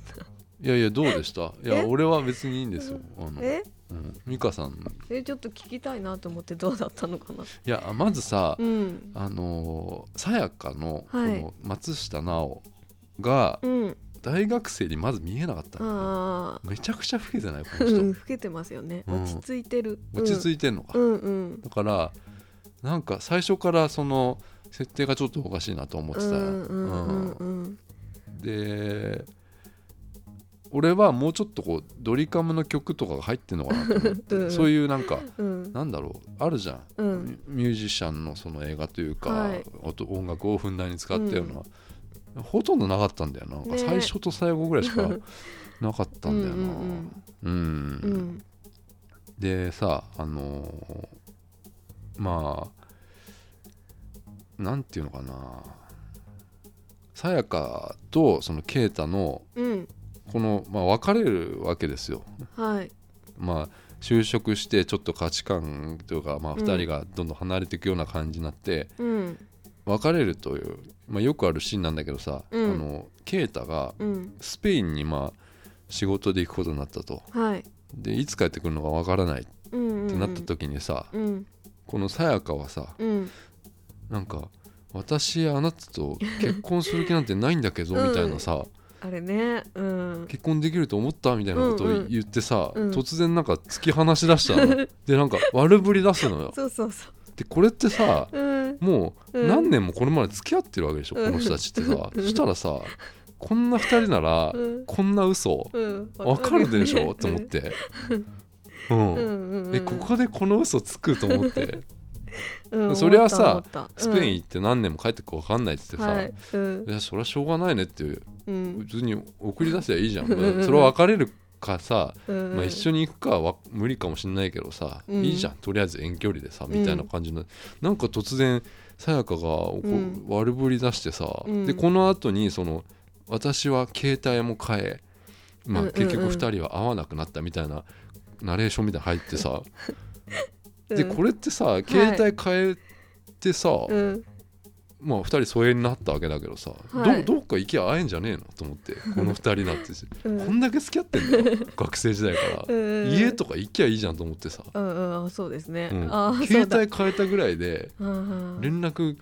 [SPEAKER 1] やいやどうでしたい
[SPEAKER 2] え
[SPEAKER 1] や俺は別にいいんですよあの、
[SPEAKER 2] え
[SPEAKER 1] うん、美香さん
[SPEAKER 2] えちょっと聞きたいなと思ってどうだったのかない
[SPEAKER 1] やまずさ、
[SPEAKER 2] うん
[SPEAKER 1] あのーさやかのこ
[SPEAKER 2] はい
[SPEAKER 1] の松下奈緒が
[SPEAKER 2] うん
[SPEAKER 1] 大学生にまず見えなかったの、
[SPEAKER 2] あ
[SPEAKER 1] めちゃくちゃ老けてないこ
[SPEAKER 2] あ
[SPEAKER 1] の
[SPEAKER 2] うん
[SPEAKER 1] 人
[SPEAKER 2] 老けてますよね
[SPEAKER 1] うん
[SPEAKER 2] 落ち着いてる
[SPEAKER 1] 落ち
[SPEAKER 2] い
[SPEAKER 1] 着いてんのか、
[SPEAKER 2] うんうん
[SPEAKER 1] だからなんか最初からその設定がちょっとおかしいなと思って
[SPEAKER 2] う
[SPEAKER 1] た、
[SPEAKER 2] んうんうん
[SPEAKER 1] う
[SPEAKER 2] うん
[SPEAKER 1] んで俺はもうちょっとこうドリカムの曲とかが入ってんのかなと思って、
[SPEAKER 2] うん
[SPEAKER 1] そういうなんか
[SPEAKER 2] うん
[SPEAKER 1] なんだろうあるじゃん、
[SPEAKER 2] うん
[SPEAKER 1] ミュージシャンのその映画というか、
[SPEAKER 2] はい
[SPEAKER 1] 音音楽をふんだんに使ったような、ほとんどなかったんだよななんか
[SPEAKER 2] ね
[SPEAKER 1] 最初と最後ぐらいし かなかったんだよなう
[SPEAKER 2] うん
[SPEAKER 1] ん
[SPEAKER 2] うんうん
[SPEAKER 1] でさあのーまあなんていうのかなさやかとその啓太の
[SPEAKER 2] うん
[SPEAKER 1] この、まあ、別れるわけですよ
[SPEAKER 2] はい
[SPEAKER 1] まあ就職してちょっと価値観というか、まあ、
[SPEAKER 2] うん
[SPEAKER 1] 2人がどんどん離れていくような感じになって、
[SPEAKER 2] うん
[SPEAKER 1] 別れるという、まあ、よくあるシーンなんだけどさ、
[SPEAKER 2] うん
[SPEAKER 1] あのケイタが
[SPEAKER 2] うん
[SPEAKER 1] スペインにまあ仕事で行くことになったと
[SPEAKER 2] はい
[SPEAKER 1] でいつ帰ってくるのかわからないっ
[SPEAKER 2] うんうんうん
[SPEAKER 1] てなった時にさ、
[SPEAKER 2] うん
[SPEAKER 1] このさやかはさ
[SPEAKER 2] うん
[SPEAKER 1] なんか私あなたと結婚する気なんてないんだけどみたいなさ、
[SPEAKER 2] あれねうん
[SPEAKER 1] 結婚できると思ったみたいなこと
[SPEAKER 2] うんう
[SPEAKER 1] を
[SPEAKER 2] ん
[SPEAKER 1] 言ってさ、
[SPEAKER 2] うん
[SPEAKER 1] 突然なんか突き放し出したの でなんか悪ぶり出すのよ
[SPEAKER 2] そうそうそう
[SPEAKER 1] でこれってさ
[SPEAKER 2] うん
[SPEAKER 1] もう
[SPEAKER 2] うん
[SPEAKER 1] 何年もこれまで付き合ってるわけでしょ、
[SPEAKER 2] うん
[SPEAKER 1] この人たちってさ、
[SPEAKER 2] うん
[SPEAKER 1] そしたらさこんな2人なら、
[SPEAKER 2] うん
[SPEAKER 1] こんな嘘
[SPEAKER 2] うん
[SPEAKER 1] わかるでしょ、
[SPEAKER 2] わ
[SPEAKER 1] と
[SPEAKER 2] かる
[SPEAKER 1] 思
[SPEAKER 2] よ
[SPEAKER 1] っ
[SPEAKER 2] ね
[SPEAKER 1] て、うん
[SPEAKER 2] うんうんうん
[SPEAKER 1] えここでこの嘘つくと思って
[SPEAKER 2] うん
[SPEAKER 1] そりゃさ
[SPEAKER 2] 思った思った
[SPEAKER 1] スペイン行って何年も帰ってくか分かんないって言ってさ、
[SPEAKER 2] はいいうん
[SPEAKER 1] やそりゃしょうがないねっていう
[SPEAKER 2] うん
[SPEAKER 1] 普通に送り出せばいいじゃん、
[SPEAKER 2] うんうんうん
[SPEAKER 1] それは別れるかさ、
[SPEAKER 2] うん
[SPEAKER 1] まあ、一緒に行くかは無理かもしんないけどさ、
[SPEAKER 2] うん
[SPEAKER 1] いいじゃんとりあえず遠距離でさみたいな感じの、なんか突然さやかがこう
[SPEAKER 2] うん
[SPEAKER 1] 悪ぶり出してさ、
[SPEAKER 2] うん
[SPEAKER 1] でこの後にその私は携帯も変え、まあ、
[SPEAKER 2] うんうんうん
[SPEAKER 1] 結局2人は会わなくなったみたいなナレーションみたいなの入って さ、でこれってさ携帯変えてさ、
[SPEAKER 2] うん
[SPEAKER 1] まあ2人疎遠になったわけだけどさ、
[SPEAKER 2] はい
[SPEAKER 1] どどっか行きゃ会えんじゃねえのと思ってこの2人なんて、
[SPEAKER 2] うん
[SPEAKER 1] こんだけ付き合ってんだよ学生時代から。
[SPEAKER 2] うん
[SPEAKER 1] 家とか行きゃいいじゃんと思ってさ、
[SPEAKER 2] うんうんあそうですね
[SPEAKER 1] うん
[SPEAKER 2] あ
[SPEAKER 1] 携帯変えたぐらいで
[SPEAKER 2] 帯
[SPEAKER 1] 連絡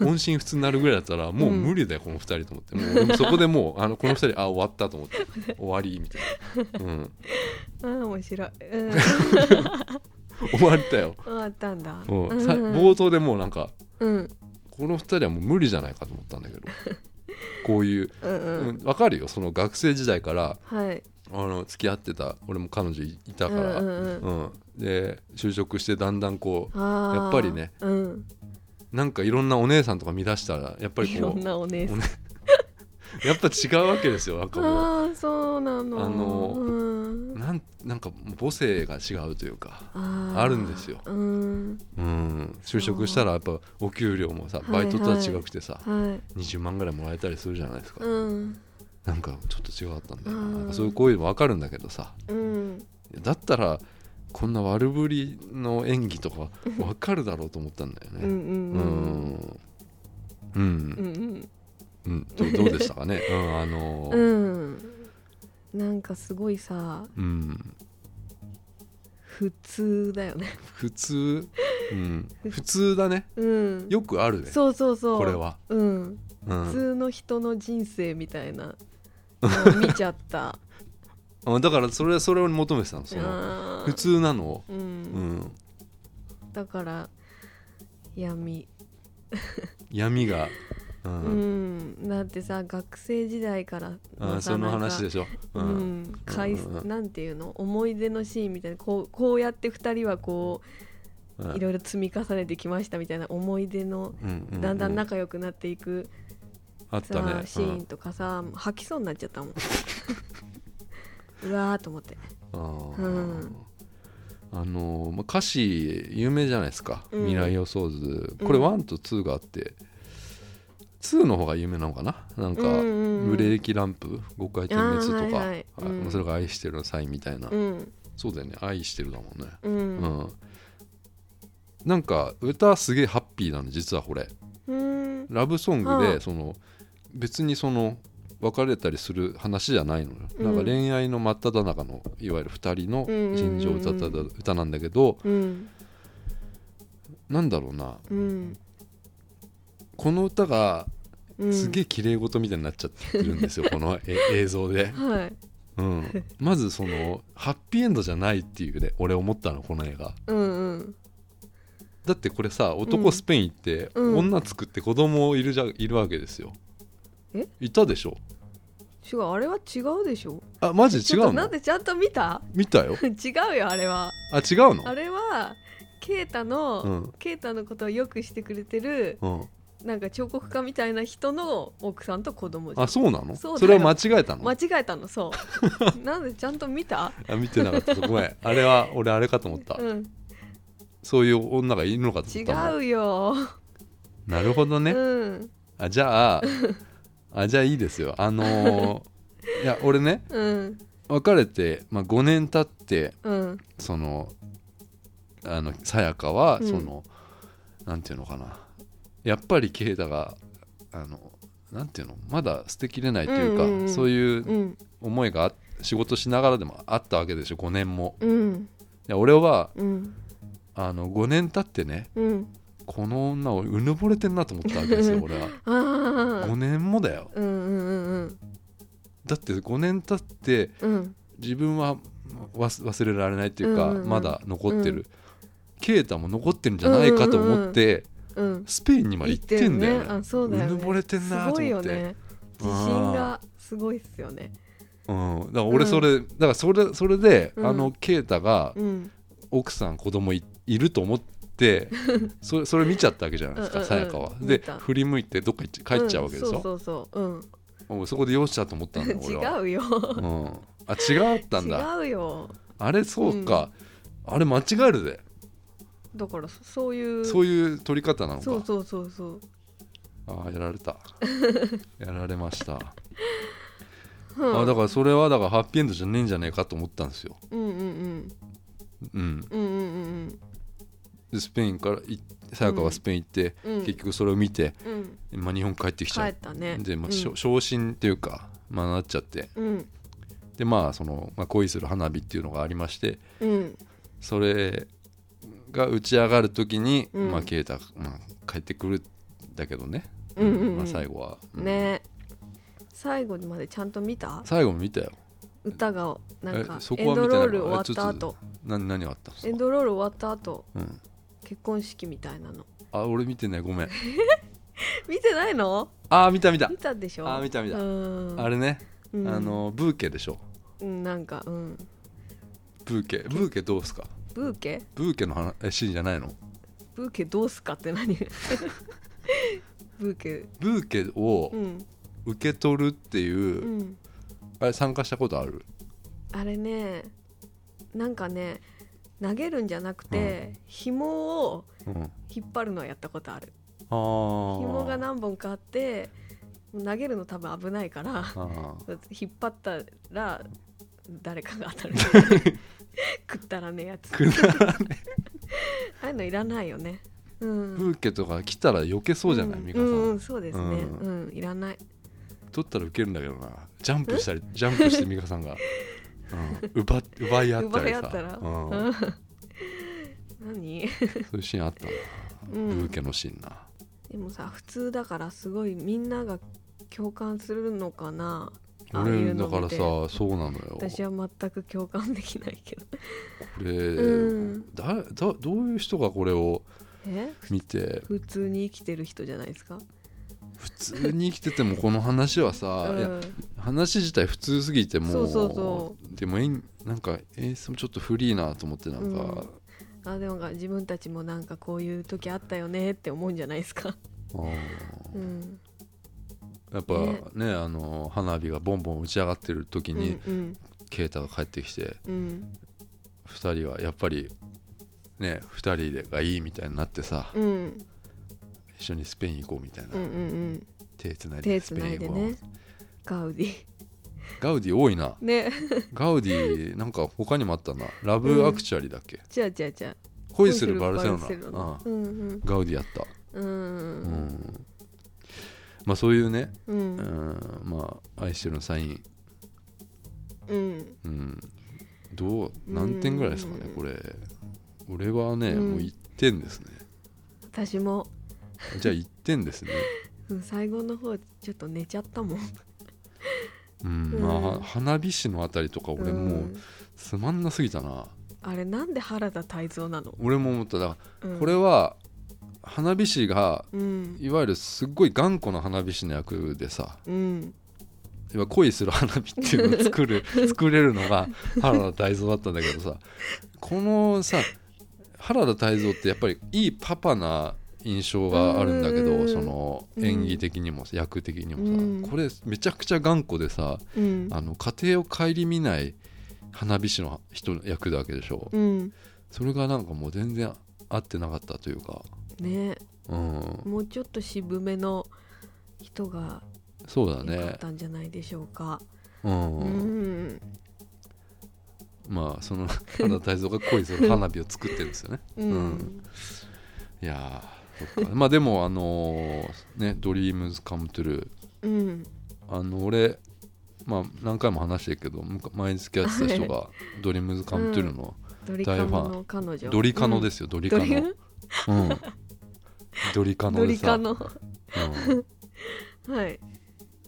[SPEAKER 1] 音信不通になるぐらいだった らもう無理だよこの2人と思ってもう俺もそこでもうあのこの2人あ終わったと思 って終わりみたいな、うん、
[SPEAKER 2] あー面白いう ん
[SPEAKER 1] 終わったよ、
[SPEAKER 2] あったんだ
[SPEAKER 1] うん
[SPEAKER 2] うん
[SPEAKER 1] さ冒頭でもうなんか
[SPEAKER 2] うん
[SPEAKER 1] この2人はもう無理じゃないかと思ったんだけどこういう、
[SPEAKER 2] うんう
[SPEAKER 1] うんん、分かるよその学生時代から
[SPEAKER 2] はい
[SPEAKER 1] あの付き合ってた俺も彼女いた
[SPEAKER 2] う
[SPEAKER 1] か
[SPEAKER 2] ん
[SPEAKER 1] ら、
[SPEAKER 2] う
[SPEAKER 1] うん
[SPEAKER 2] んうん
[SPEAKER 1] で就職してだんだんこう
[SPEAKER 2] あー
[SPEAKER 1] やっぱりね
[SPEAKER 2] うん
[SPEAKER 1] なんかいろんなお姉さんとか見出したらやっぱり
[SPEAKER 2] い
[SPEAKER 1] こ
[SPEAKER 2] ろ
[SPEAKER 1] うん
[SPEAKER 2] なお姉さん
[SPEAKER 1] やっぱ違うわけですよなんかも
[SPEAKER 2] ああそうなの
[SPEAKER 1] あの
[SPEAKER 2] うん
[SPEAKER 1] うなんなんかもう母性が違うというか
[SPEAKER 2] あー
[SPEAKER 1] あるんですよ
[SPEAKER 2] うん
[SPEAKER 1] うん就職したらやっぱお給料もさ
[SPEAKER 2] はい
[SPEAKER 1] バイトとは違くてさ、
[SPEAKER 2] はい
[SPEAKER 1] 20万ぐらいもらえたりするじゃないですか、
[SPEAKER 2] うん
[SPEAKER 1] なんかちょっと違かったんだよな,、
[SPEAKER 2] うん
[SPEAKER 1] なんかそういうこういうの分かるんだけどさ
[SPEAKER 2] うん
[SPEAKER 1] だったらこんな悪ぶりの演技とか分かるだろうと思ったんだよ
[SPEAKER 2] うんう
[SPEAKER 1] ねうんんう
[SPEAKER 2] うんうんん
[SPEAKER 1] うんどうどうでしたか ねうんあの
[SPEAKER 2] うんうんなんかすごいさ
[SPEAKER 1] うん
[SPEAKER 2] 普通だよね
[SPEAKER 1] 普通、うん、普通だね
[SPEAKER 2] うん
[SPEAKER 1] よくあるね
[SPEAKER 2] そうそうそう
[SPEAKER 1] これは、
[SPEAKER 2] うん
[SPEAKER 1] う
[SPEAKER 2] 普
[SPEAKER 1] ん
[SPEAKER 2] 通の人の人生みたいなのを見ちゃった
[SPEAKER 1] あ、だからそれそれを求めてたのその
[SPEAKER 2] あー
[SPEAKER 1] 普通なのを、
[SPEAKER 2] うん、
[SPEAKER 1] うん、
[SPEAKER 2] だから闇
[SPEAKER 1] 闇が、う
[SPEAKER 2] うんん、だってさ学生時代から
[SPEAKER 1] あその話で
[SPEAKER 2] し
[SPEAKER 1] しょ、
[SPEAKER 2] ょ
[SPEAKER 1] う
[SPEAKER 2] うんん、かい
[SPEAKER 1] うん
[SPEAKER 2] なんていうの思い出のシーンみたいなこうこうやって2人はこ
[SPEAKER 1] う
[SPEAKER 2] ういろいろ積み重ねてきましたみたいな思い出の
[SPEAKER 1] うん
[SPEAKER 2] だんだん
[SPEAKER 1] な
[SPEAKER 2] 仲良くなっていく
[SPEAKER 1] あっ
[SPEAKER 2] さ、
[SPEAKER 1] たね
[SPEAKER 2] シーンとかさ、吐きそうになっちゃったもんうわーと思って
[SPEAKER 1] うんあー
[SPEAKER 2] うん
[SPEAKER 1] あのまあ、歌詞有名じゃないですか「
[SPEAKER 2] うん
[SPEAKER 1] 未来予想図」これ
[SPEAKER 2] うん
[SPEAKER 1] 1と2があって、2の方が有名なのかななんか、
[SPEAKER 2] うんうんうん
[SPEAKER 1] ブレーキランプ5回点滅とか
[SPEAKER 2] あーはいはい
[SPEAKER 1] はい
[SPEAKER 2] うん
[SPEAKER 1] それが「愛してるのサイン」みたいな、
[SPEAKER 2] うん
[SPEAKER 1] そうだよね「愛してる」だもんね
[SPEAKER 2] う
[SPEAKER 1] うんん、なんか歌すげえハッピーなの実はこれ
[SPEAKER 2] うん
[SPEAKER 1] ラブソング
[SPEAKER 2] は
[SPEAKER 1] で
[SPEAKER 2] あ
[SPEAKER 1] その別にその別れたりする話じゃないのよ、
[SPEAKER 2] うん
[SPEAKER 1] なんか恋愛の真っ只中のいわゆる2人の心情を歌った
[SPEAKER 2] うんうんうん
[SPEAKER 1] 歌なんだけど、
[SPEAKER 2] うん
[SPEAKER 1] なんだろうな
[SPEAKER 2] うん
[SPEAKER 1] この歌が
[SPEAKER 2] うん
[SPEAKER 1] すげえ綺麗事みたいになっちゃってるんです よ、このえ映像で、
[SPEAKER 2] はい
[SPEAKER 1] うん、まずそのハッピーエンドじゃないっていうね俺思ったのこの映画
[SPEAKER 2] うんうん
[SPEAKER 1] だってこれさ
[SPEAKER 2] う
[SPEAKER 1] 男
[SPEAKER 2] ん
[SPEAKER 1] スペイン行って、
[SPEAKER 2] うん
[SPEAKER 1] 女作って子供いるじゃいるわけですよ
[SPEAKER 2] え
[SPEAKER 1] いたでしょ
[SPEAKER 2] 違うあれは違うでしょ
[SPEAKER 1] あマジ違
[SPEAKER 2] ちょっ
[SPEAKER 1] う
[SPEAKER 2] とな
[SPEAKER 1] の
[SPEAKER 2] んでちゃんと見た
[SPEAKER 1] 見たよ
[SPEAKER 2] 違うよあれは
[SPEAKER 1] あ違うの
[SPEAKER 2] あれはケイタの、
[SPEAKER 1] うん
[SPEAKER 2] ケイタのことをよくしてくれてる
[SPEAKER 1] うん、
[SPEAKER 2] なんか彫刻家みたいな人の奥さんと子供じゃん
[SPEAKER 1] あそうなの
[SPEAKER 2] そうだ
[SPEAKER 1] れ
[SPEAKER 2] よ
[SPEAKER 1] は間違えたの
[SPEAKER 2] 間違えたのそう なんでちゃんと見た
[SPEAKER 1] あ見てなかったご めんあれは俺あれかと思った、
[SPEAKER 2] うん
[SPEAKER 1] そういう女がいるのかと思
[SPEAKER 2] 違
[SPEAKER 1] ったの
[SPEAKER 2] うよ、
[SPEAKER 1] なるほどね、
[SPEAKER 2] うん
[SPEAKER 1] あじゃ ああじゃあいいですよあのーいや俺ね
[SPEAKER 2] うん
[SPEAKER 1] 別れて、まあ、5年経って
[SPEAKER 2] うん
[SPEAKER 1] そのあのさやかは
[SPEAKER 2] うん
[SPEAKER 1] その、なんていうのかなやっぱり啓太があのなんていうのまだ捨てきれないというか、
[SPEAKER 2] うんうんうん
[SPEAKER 1] そういううん思いがあ仕事しながらでもあったわけでしょ5年も
[SPEAKER 2] うん
[SPEAKER 1] いや俺は
[SPEAKER 2] うん
[SPEAKER 1] あの5年経ってね
[SPEAKER 2] うん
[SPEAKER 1] この女をうぬぼれてんなと思ったわけです よ俺は
[SPEAKER 2] ああ
[SPEAKER 1] 5年もだよ
[SPEAKER 2] うんうん
[SPEAKER 1] だって5年経って
[SPEAKER 2] うんうん
[SPEAKER 1] 自分は忘忘れられないっていうか、
[SPEAKER 2] うんうんうん
[SPEAKER 1] まだ残ってる啓太、も残ってるんじゃないかと思って、
[SPEAKER 2] うん
[SPEAKER 1] スペインにまで行ってんだよね
[SPEAKER 2] あそうだよね
[SPEAKER 1] うぬぼれてんなと思って
[SPEAKER 2] すごいよね自信がすごいっすよね
[SPEAKER 1] うん、だから俺それ、だからそれそれで、
[SPEAKER 2] うん
[SPEAKER 1] あの啓太が
[SPEAKER 2] うん
[SPEAKER 1] 奥さん子供いいると思 ってそれそれ見ちゃったわけじゃないです
[SPEAKER 2] う
[SPEAKER 1] か
[SPEAKER 2] んうんうん
[SPEAKER 1] さやかは。
[SPEAKER 2] 見
[SPEAKER 1] で
[SPEAKER 2] た
[SPEAKER 1] 振り向いてどっか行っち帰っちゃうわけでし
[SPEAKER 2] ん
[SPEAKER 1] ょ、
[SPEAKER 2] そうそうそううん
[SPEAKER 1] もうそこでよっしゃと思ったんだ俺は。
[SPEAKER 2] 違うよ
[SPEAKER 1] うん、あ違ったんだ
[SPEAKER 2] 違うよ
[SPEAKER 1] あれそうか、あれ間違えるで、
[SPEAKER 2] だからそそういう
[SPEAKER 1] そういう撮り方なのか
[SPEAKER 2] そうそうそうそう
[SPEAKER 1] ああやられ たやられました、
[SPEAKER 2] うん
[SPEAKER 1] あだからそれはだからハッピーエンドじゃねえんじゃねえかと思ったんですよ、
[SPEAKER 2] うんうんうん
[SPEAKER 1] うん、
[SPEAKER 2] うんうん
[SPEAKER 1] でスペインからいさやかはスペイン行って、
[SPEAKER 2] うん
[SPEAKER 1] 結局それを見て、
[SPEAKER 2] うんうん
[SPEAKER 1] まあ、日本帰ってきち
[SPEAKER 2] 帰
[SPEAKER 1] ゃ
[SPEAKER 2] っ
[SPEAKER 1] う
[SPEAKER 2] たね
[SPEAKER 1] で、まあ
[SPEAKER 2] うん
[SPEAKER 1] しょ昇進っていうか、まあ、なっちゃって
[SPEAKER 2] うん
[SPEAKER 1] でまあその、まあ、恋する花火っていうのがありまして
[SPEAKER 2] うん
[SPEAKER 1] それが打ち上がる時に、
[SPEAKER 2] うん
[SPEAKER 1] まあ啓太、まあ、帰ってくるんだけどね、
[SPEAKER 2] うんうんうん
[SPEAKER 1] まあ、最後は、うん
[SPEAKER 2] ね最後までちゃんと見た
[SPEAKER 1] 最後も見たよ
[SPEAKER 2] 歌がなんか
[SPEAKER 1] えそこ
[SPEAKER 2] エン
[SPEAKER 1] は
[SPEAKER 2] ド
[SPEAKER 1] 見て
[SPEAKER 2] ロ
[SPEAKER 1] な
[SPEAKER 2] ー
[SPEAKER 1] い
[SPEAKER 2] ル終わっ
[SPEAKER 1] あ
[SPEAKER 2] た
[SPEAKER 1] ちょ
[SPEAKER 2] 後
[SPEAKER 1] と何何があったんです
[SPEAKER 2] エン
[SPEAKER 1] か、
[SPEAKER 2] ドロール終わった後
[SPEAKER 1] うん、
[SPEAKER 2] 結婚式みたいなの
[SPEAKER 1] あ俺見てないごめん
[SPEAKER 2] 見てないの
[SPEAKER 1] あー見た見た
[SPEAKER 2] 見たでしょ
[SPEAKER 1] あ見た見た
[SPEAKER 2] うん
[SPEAKER 1] あれね、
[SPEAKER 2] うん
[SPEAKER 1] あのブーケでしょ
[SPEAKER 2] うんなんかうん
[SPEAKER 1] ブーケブーケどうすか
[SPEAKER 2] ブーケ
[SPEAKER 1] ブーケの話えシーンじゃないの
[SPEAKER 2] ブーケどうすかって何 ブーケ
[SPEAKER 1] ブーケを
[SPEAKER 2] うん
[SPEAKER 1] 受け取るっていう、
[SPEAKER 2] うん
[SPEAKER 1] あれ参加したことある
[SPEAKER 2] あれねなんかね投げるんじゃなくて、紐を
[SPEAKER 1] うんあ
[SPEAKER 2] 引っ張るのはやったことある紐
[SPEAKER 1] 紐
[SPEAKER 2] が何本かあって投げるの多分危ないから
[SPEAKER 1] あー
[SPEAKER 2] 引っ張ったら誰かが 当たるくったらねえやつ
[SPEAKER 1] くだらね
[SPEAKER 2] ああいうのいらないよねうん
[SPEAKER 1] ブーケとか来たら避けそうじゃない、
[SPEAKER 2] ん
[SPEAKER 1] 美香さん、
[SPEAKER 2] うんうんそうですね
[SPEAKER 1] う
[SPEAKER 2] うん、いらない
[SPEAKER 1] 取ったら受けるんだけどなジャンプしたりジャンプして美香さん が、うん、奪っ奪い合った
[SPEAKER 2] 奪
[SPEAKER 1] り
[SPEAKER 2] い
[SPEAKER 1] さ
[SPEAKER 2] 合ったら、
[SPEAKER 1] うん、
[SPEAKER 2] うん何
[SPEAKER 1] そういうシーンあったな、
[SPEAKER 2] うん
[SPEAKER 1] ブーケのシーンな
[SPEAKER 2] でもさ普通だからすごいみんなが共感するのかなああい
[SPEAKER 1] 俺
[SPEAKER 2] うの
[SPEAKER 1] だか
[SPEAKER 2] 見
[SPEAKER 1] ら
[SPEAKER 2] て
[SPEAKER 1] さそうなのよ
[SPEAKER 2] 私は全く共感できないけど
[SPEAKER 1] これ、
[SPEAKER 2] うん
[SPEAKER 1] だだどういう人がこれを
[SPEAKER 2] え
[SPEAKER 1] 見て
[SPEAKER 2] 普通に生きてる人じゃないですか、
[SPEAKER 1] 普通に生きててもこの話はさ、
[SPEAKER 2] う
[SPEAKER 1] いや
[SPEAKER 2] ん
[SPEAKER 1] 話自体普通すぎても
[SPEAKER 2] そうそうそ
[SPEAKER 1] でもえんなんか演出もちょっとフリーなと思ってなんか、
[SPEAKER 2] あでもなんか自分たちもなんかこういう時あったよねって思うんじゃないですか、
[SPEAKER 1] あー
[SPEAKER 2] うん、
[SPEAKER 1] やっぱ
[SPEAKER 2] ね
[SPEAKER 1] ねあの花火がボンボン打ち上がってる時に
[SPEAKER 2] うん
[SPEAKER 1] 啓太、が帰ってきて
[SPEAKER 2] うん
[SPEAKER 1] 「二2人はやっぱりね2人でがいいみたいになってさ、
[SPEAKER 2] うんうん
[SPEAKER 1] 一緒にスペイン行こうみたいな、
[SPEAKER 2] うんうん
[SPEAKER 1] 手つないで
[SPEAKER 2] 手
[SPEAKER 1] ス
[SPEAKER 2] つ
[SPEAKER 1] ペ
[SPEAKER 2] な
[SPEAKER 1] イン
[SPEAKER 2] いで
[SPEAKER 1] 行こう
[SPEAKER 2] ねガウディ
[SPEAKER 1] ガウディ多いな
[SPEAKER 2] ね
[SPEAKER 1] ガウディなんか他にもあったなラブアクチュアリだっけ、
[SPEAKER 2] じゃあじゃあじゃあ
[SPEAKER 1] 恋するバルセロナ
[SPEAKER 2] 恋するバルセロナ
[SPEAKER 1] ああ
[SPEAKER 2] うん
[SPEAKER 1] ガウディあった
[SPEAKER 2] うんう
[SPEAKER 1] うんんまあそういうね、
[SPEAKER 2] う
[SPEAKER 1] うん
[SPEAKER 2] うん
[SPEAKER 1] ん、まあ愛してるのサイン、
[SPEAKER 2] うん
[SPEAKER 1] うん、どう何点ぐらいですかね
[SPEAKER 2] うん
[SPEAKER 1] これ俺はね、
[SPEAKER 2] うん
[SPEAKER 1] もう1点ですね
[SPEAKER 2] 私も
[SPEAKER 1] じゃあ1点ですね
[SPEAKER 2] うん最後の方ちょっと寝ちゃったもん
[SPEAKER 1] うん、
[SPEAKER 2] うん
[SPEAKER 1] まあ花火師のあたりとか俺も
[SPEAKER 2] う
[SPEAKER 1] うんつまんなすぎたな、
[SPEAKER 2] あれなんで原田泰造なの、
[SPEAKER 1] 俺も思っただか
[SPEAKER 2] うん
[SPEAKER 1] らこれは花火師が
[SPEAKER 2] うん
[SPEAKER 1] いわゆるすっごい頑固な花火師の役でさ
[SPEAKER 2] うん
[SPEAKER 1] いわゆる恋する花火っていうのを作 る作れるのが原田泰造だったんだけどさこのさ原田泰造ってやっぱりいいパパな印象があるんだけ
[SPEAKER 2] うんうんう
[SPEAKER 1] どそ
[SPEAKER 2] ん
[SPEAKER 1] の演技的にもさ役的に
[SPEAKER 2] うん
[SPEAKER 1] もさこれめちゃくちゃ頑固でさ
[SPEAKER 2] うん
[SPEAKER 1] あの家庭を顧みない花火師の人の役だわけでしょ
[SPEAKER 2] うん
[SPEAKER 1] それがなんかもう全然合ってなかったというか、
[SPEAKER 2] ね
[SPEAKER 1] うん、
[SPEAKER 2] もうちょっと渋めの人が
[SPEAKER 1] そうだ
[SPEAKER 2] 良かっ
[SPEAKER 1] ね
[SPEAKER 2] たんじゃないでしょうか、う
[SPEAKER 1] うん
[SPEAKER 2] ん
[SPEAKER 1] まあその原田泰造が恋する花火を作ってるんですよね。
[SPEAKER 2] うん、
[SPEAKER 1] うんいやーそっかまあでもあのーね「ドリームズカムトゥルー
[SPEAKER 2] うん
[SPEAKER 1] あの俺まあ何回も話してるけどむか前に付き合ってた人 が「ドリームズカムトゥルーの
[SPEAKER 2] ドリカノの彼女、
[SPEAKER 1] ドリカノですすよ、ドリ
[SPEAKER 2] うん、
[SPEAKER 1] カ
[SPEAKER 2] ド
[SPEAKER 1] ノ。
[SPEAKER 2] リ
[SPEAKER 1] うん、ドリカノ
[SPEAKER 2] ド
[SPEAKER 1] で
[SPEAKER 2] リ
[SPEAKER 1] さ、
[SPEAKER 2] カ
[SPEAKER 1] うん、い
[SPEAKER 2] ノはい